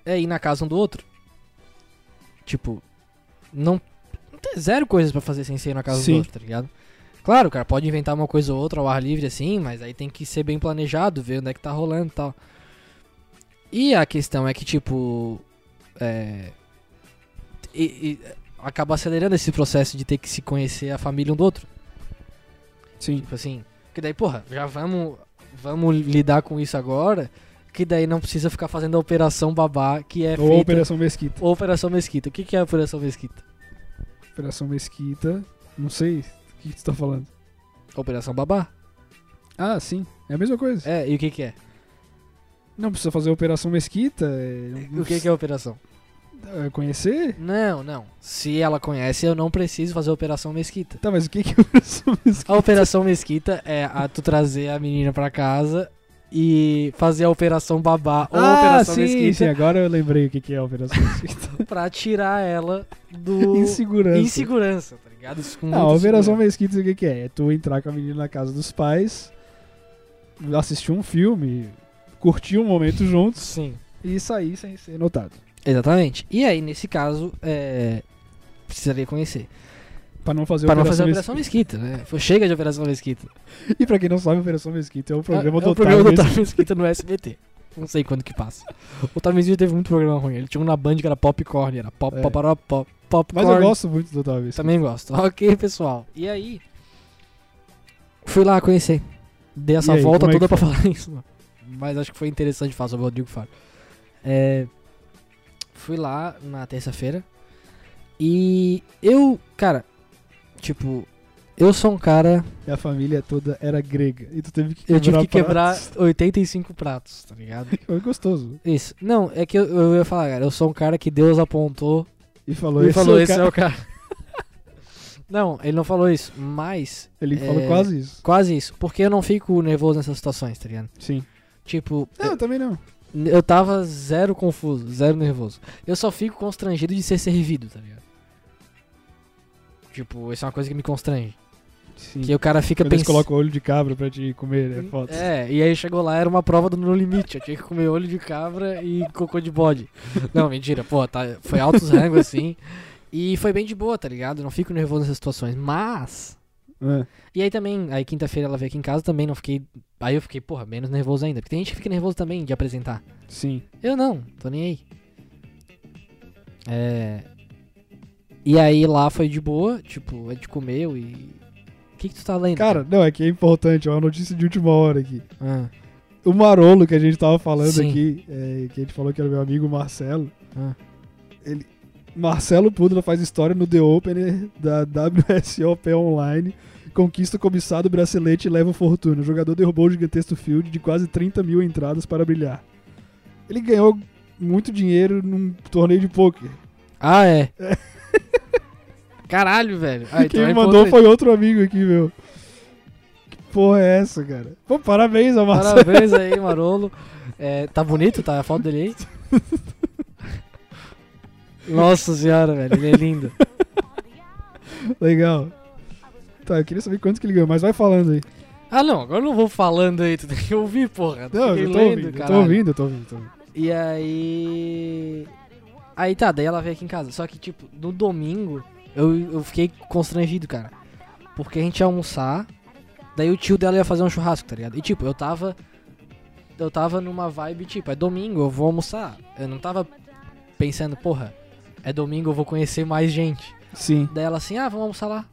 é ir na casa um do outro. Tipo, não, não tem zero coisas pra fazer sem ser ir na casa Sim. do outro, tá ligado? Claro, cara, pode inventar uma coisa ou outra ao ar livre assim, mas aí tem que ser bem planejado, ver onde é que tá rolando e tal. E a questão é que, tipo, é, e- e acaba acelerando esse processo de ter que se conhecer a família um do outro. Sim. Tipo assim, que daí, porra, já vamos, vamos lidar com isso agora, que daí não precisa ficar fazendo a operação babá, que é Ou feita... Operação Mesquita. ou Operação Mesquita. O que que é a Operação Mesquita? Operação Mesquita. Não sei o que, que tu tá falando. Operação Babá? Ah, sim. É a mesma coisa. É, e o que que é? Não precisa fazer Operação Mesquita. é, não- não O que que é a Operação? precisa- é Conhecer? Não, não. Se ela conhece, eu não preciso fazer a Operação Mesquita. Tá, mas o que que é Operação Mesquita? A Operação Mesquita é a tu trazer a menina pra casa e fazer a Operação Babá ou a Operação Ah, sim, Mesquita sim. Agora eu lembrei o que que é Operação Mesquita. pra tirar ela do... Insegurança. Insegurança, né? tá ligado? Isso com Não, muita a Operação insegurança. Mesquita, o que, que é? É tu entrar com a menina na casa dos pais, assistir um filme, curtir um momento juntos Sim. e sair sem ser notado. Exatamente. E aí, nesse caso, é, precisaria conhecer. Pra não fazer Para não Operação fazer a Operação Mesquita, Mesquita. né? Foi- Chega de Operação Mesquita. E pra quem não sabe, Operação Mesquita é o programa É- do é o programa do Otávio Otávio Mesquita no SBT. Não sei quando que passa. O Otávio Mesquita teve muito programa ruim. Ele tinha um na Band que era Popcorn, era Pop, É. pop, pop, pop, Popcorn. Mas eu gosto muito do Otávio Mesquita. Também gosto. Ok, pessoal. E aí, fui lá conhecer. Dei essa E aí, volta como é toda que pra falar isso, mano. Mas acho que foi interessante falar sobre o Rodrigo Faro. É, fui lá na terça-feira. E eu, cara, tipo, eu sou um cara. E a família toda era grega. E tu teve que Eu quebrar tive que quebrar pratos. 85 pratos, tá ligado? Foi gostoso. Isso. Não, é que eu, eu ia falar, cara, eu sou um cara que Deus apontou E falou, e esse falou: é o esse cara- é o cara. não, ele não falou isso, mas Ele falou É. quase isso. Quase isso. Porque eu não fico nervoso nessas situações, tá ligado? Sim. É. Tipo, Não, eu também não. eu, eu tava zero confuso, zero nervoso. Eu só fico constrangido de ser servido, tá ligado? Tipo, isso é uma coisa que me constrange. Sim. Que o cara fica Quando eles pensando. colocam olho de cabra pra te comer, é foto. É, e aí chegou lá, era uma prova do No Limite. Eu tinha que comer olho de cabra e cocô de bode. Não, mentira, pô, tá, foi altos rangos assim. E foi bem de boa, tá ligado? Eu não fico nervoso nessas situações. Mas, É. E aí também, aí quinta-feira ela veio aqui em casa também, não fiquei. Aí eu fiquei, porra, menos nervoso ainda. Porque tem gente que fica nervoso também de apresentar. Sim. Eu não, tô nem aí. É. E aí lá foi de boa, tipo, a gente comeu e. O que, que tu tá lendo? Cara, não, é que é importante, é uma notícia de última hora aqui. Ah, O Marolo que a gente tava falando Sim. aqui, é, que a gente falou que era meu amigo Marcelo. Ah. Ele, Marcelo Pudra faz história no The Opener da WSOP Online. Conquista o cobiçado bracelete e leva fortuna. O jogador derrubou o gigantesco field de quase 30 mil entradas para brilhar. Ele ganhou muito dinheiro num torneio de pôquer. ah é. Caralho, velho. Ah, então Quem me é mandou importante. foi outro amigo aqui, meu. Que porra é essa, cara? Pô, parabéns ao Marcelo. Parabéns aí, Marolo. É, tá bonito, tá? A foto dele aí. Nossa senhora, velho, ele é lindo. Legal. Tá, eu queria saber quanto que ele ganhou, mas vai falando aí. Ah, não, agora eu não vou falando aí, tu tem que ouvir, porra. Tu Não, fica eu tô lendo, ouvindo, eu tô caralho. ouvindo, eu tô ouvindo. tô ouvindo. E aí. Aí tá, daí ela veio aqui em casa. Só que, tipo, no domingo eu, eu fiquei constrangido, cara. Porque a gente ia almoçar, daí o tio dela ia fazer um churrasco, tá ligado? E tipo, eu tava. Eu tava numa vibe, tipo, é domingo, eu vou almoçar. Eu não tava pensando, porra, é domingo, eu vou conhecer mais gente. Sim. Daí ela assim, ah, vamos almoçar lá.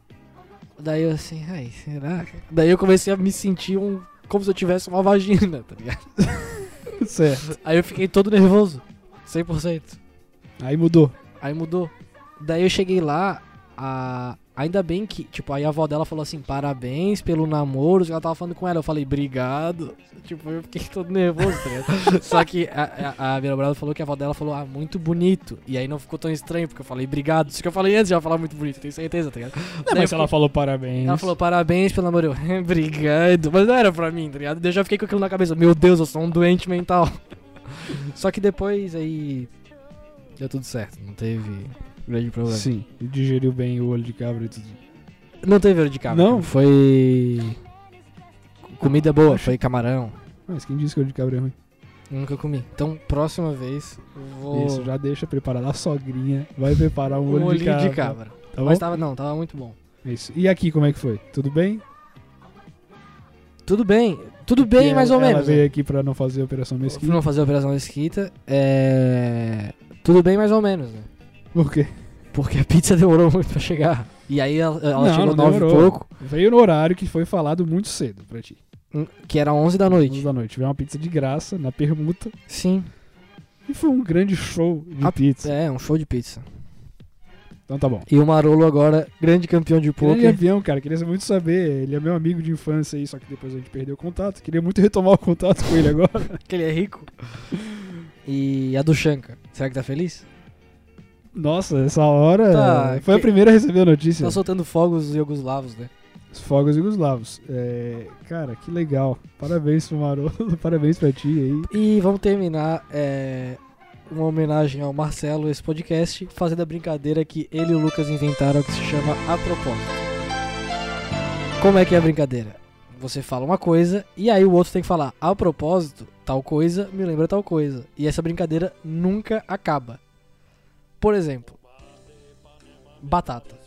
Daí eu assim, ai, será? Daí eu comecei a me sentir um. Como se eu tivesse uma vagina, tá ligado? Certo. Aí eu fiquei todo nervoso. 100%. Aí mudou. Aí mudou. Daí eu cheguei lá, a... ainda bem que, tipo, aí a avó dela falou assim, parabéns pelo namoro, ela tava falando com ela, eu falei, obrigado. Tipo, eu fiquei todo nervoso, tá ligado? Só que a, a, a minha namorada falou que a avó dela falou, ah, muito bonito. E aí não ficou tão estranho, porque eu falei, obrigado. Isso que eu falei antes de ela falar muito bonito, tenho certeza, tá ligado? Daí eu mas ela fiquei- falou parabéns. ela falou, parabéns pelo namoro, eu, obrigado. Mas não era pra mim, tá ligado? Daí Eu já fiquei com aquilo na cabeça, meu Deus, eu sou um doente mental. Só que depois, aí, deu tudo certo, não teve grande problema. Sim, e digeriu bem o olho de cabra e tudo. Não teve olho de cabra. Não? cara. Foi. Comida boa, foi camarão. Mas quem disse que o olho de cabra é ruim? Nunca comi. Então, próxima vez, eu vou. Isso, já deixa preparada a sogrinha. Vai preparar um, um olhinho olho de de cabra. cabra. Tá bom? Mas tava, não, tava muito bom. Isso. E aqui, como é que foi? Tudo bem? Tudo bem, tudo bem, Porque mais ela- ou menos. é. Ela veio aqui pra não fazer a operação Fui mesquita. não fazer a operação da esquita. É. Tudo bem, mais ou menos, né? Por quê? Porque a pizza demorou muito pra chegar. E aí ela, ela Não, chegou não nove e demorou. pouco, hum, Veio no horário que foi falado muito cedo pra ti. que era 11 da Onze noite. da noite. Veio uma pizza de graça, na permuta. Sim, E foi um grande show de A- pizza. é, um show de pizza. Então tá bom. E o Marolo agora, grande campeão de Pô, poker. grande avião, é cara. Queria muito saber. Ele é meu amigo de infância aí, só que depois a gente perdeu o contato. Queria muito retomar o contato com ele agora. que ele é rico. E a do Shanka, será que tá feliz? Nossa, essa hora. Tá, foi a que- primeira a receber a notícia. Tá soltando fogos iugoslavos, né? Os fogos jugoslavos. É, cara, que legal. Parabéns pro Marolo. Parabéns pra ti aí. E vamos terminar é, uma homenagem ao Marcelo, esse podcast, fazendo a brincadeira que ele e o Lucas inventaram, que se chama A Propósito. Como é que é a brincadeira? Você fala uma coisa e aí o outro tem que falar, a propósito, tal coisa me lembra tal coisa. E essa brincadeira nunca acaba. Por exemplo, batata.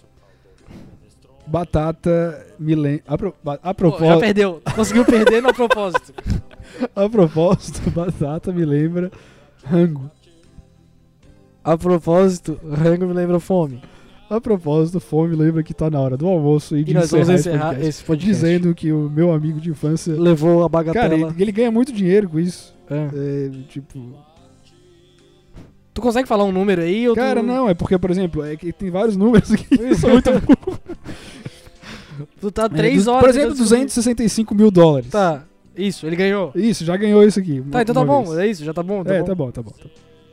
Batata me lembra. A, pro- ba- a Pô, já propósito. perdeu. Conseguiu perder no a propósito. A propósito, batata me lembra rango. A propósito, rango me lembra fome. A propósito, fome lembra que tá na hora do almoço e de E nós vamos encerrar esse encerrar podcast. esse podcast. Dizendo que o meu amigo de infância. Levou a Cara, bagatela. ele, ele ganha muito dinheiro com isso. É. É, tipo. Tu consegue falar um número aí? Ou tu- Cara, não, é porque, por exemplo, é que tem vários números aqui. Eu sou muito burro. Tu tá É, 3 du- horas. Por exemplo, tentando 265 mil dólares. descobrir. Tá, isso, ele ganhou. Isso, já ganhou isso aqui. Tá, uma- então tá uma bom, vez. é isso, já tá bom. Tá É, bom. tá bom, tá bom. tá bom.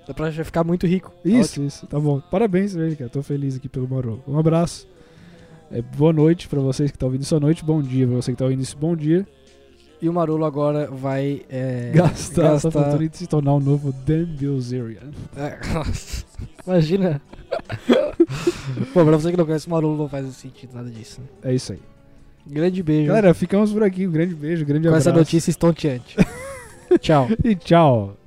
Dá pra já ficar muito rico. Tá Isso, ótimo. isso, tá bom. Parabéns, velho, cara. Tô feliz aqui pelo Marolo. Um abraço. É, boa noite pra vocês que estão ouvindo isso à noite. Bom dia pra você que tá ouvindo isso. Bom dia. Tá E o Marulo agora vai. É... gastar, essa gastar- fortuna e se tornar o novo Dan Bilzerian. É, nossa. Imagina. Pô, pra você que não conhece o Marulo, não faz sentido nada disso. Né? É isso aí. Grande beijo. Galera, ficamos por aqui. Um grande beijo, um grande com abraço. essa notícia estonteante. Tchau. E tchau.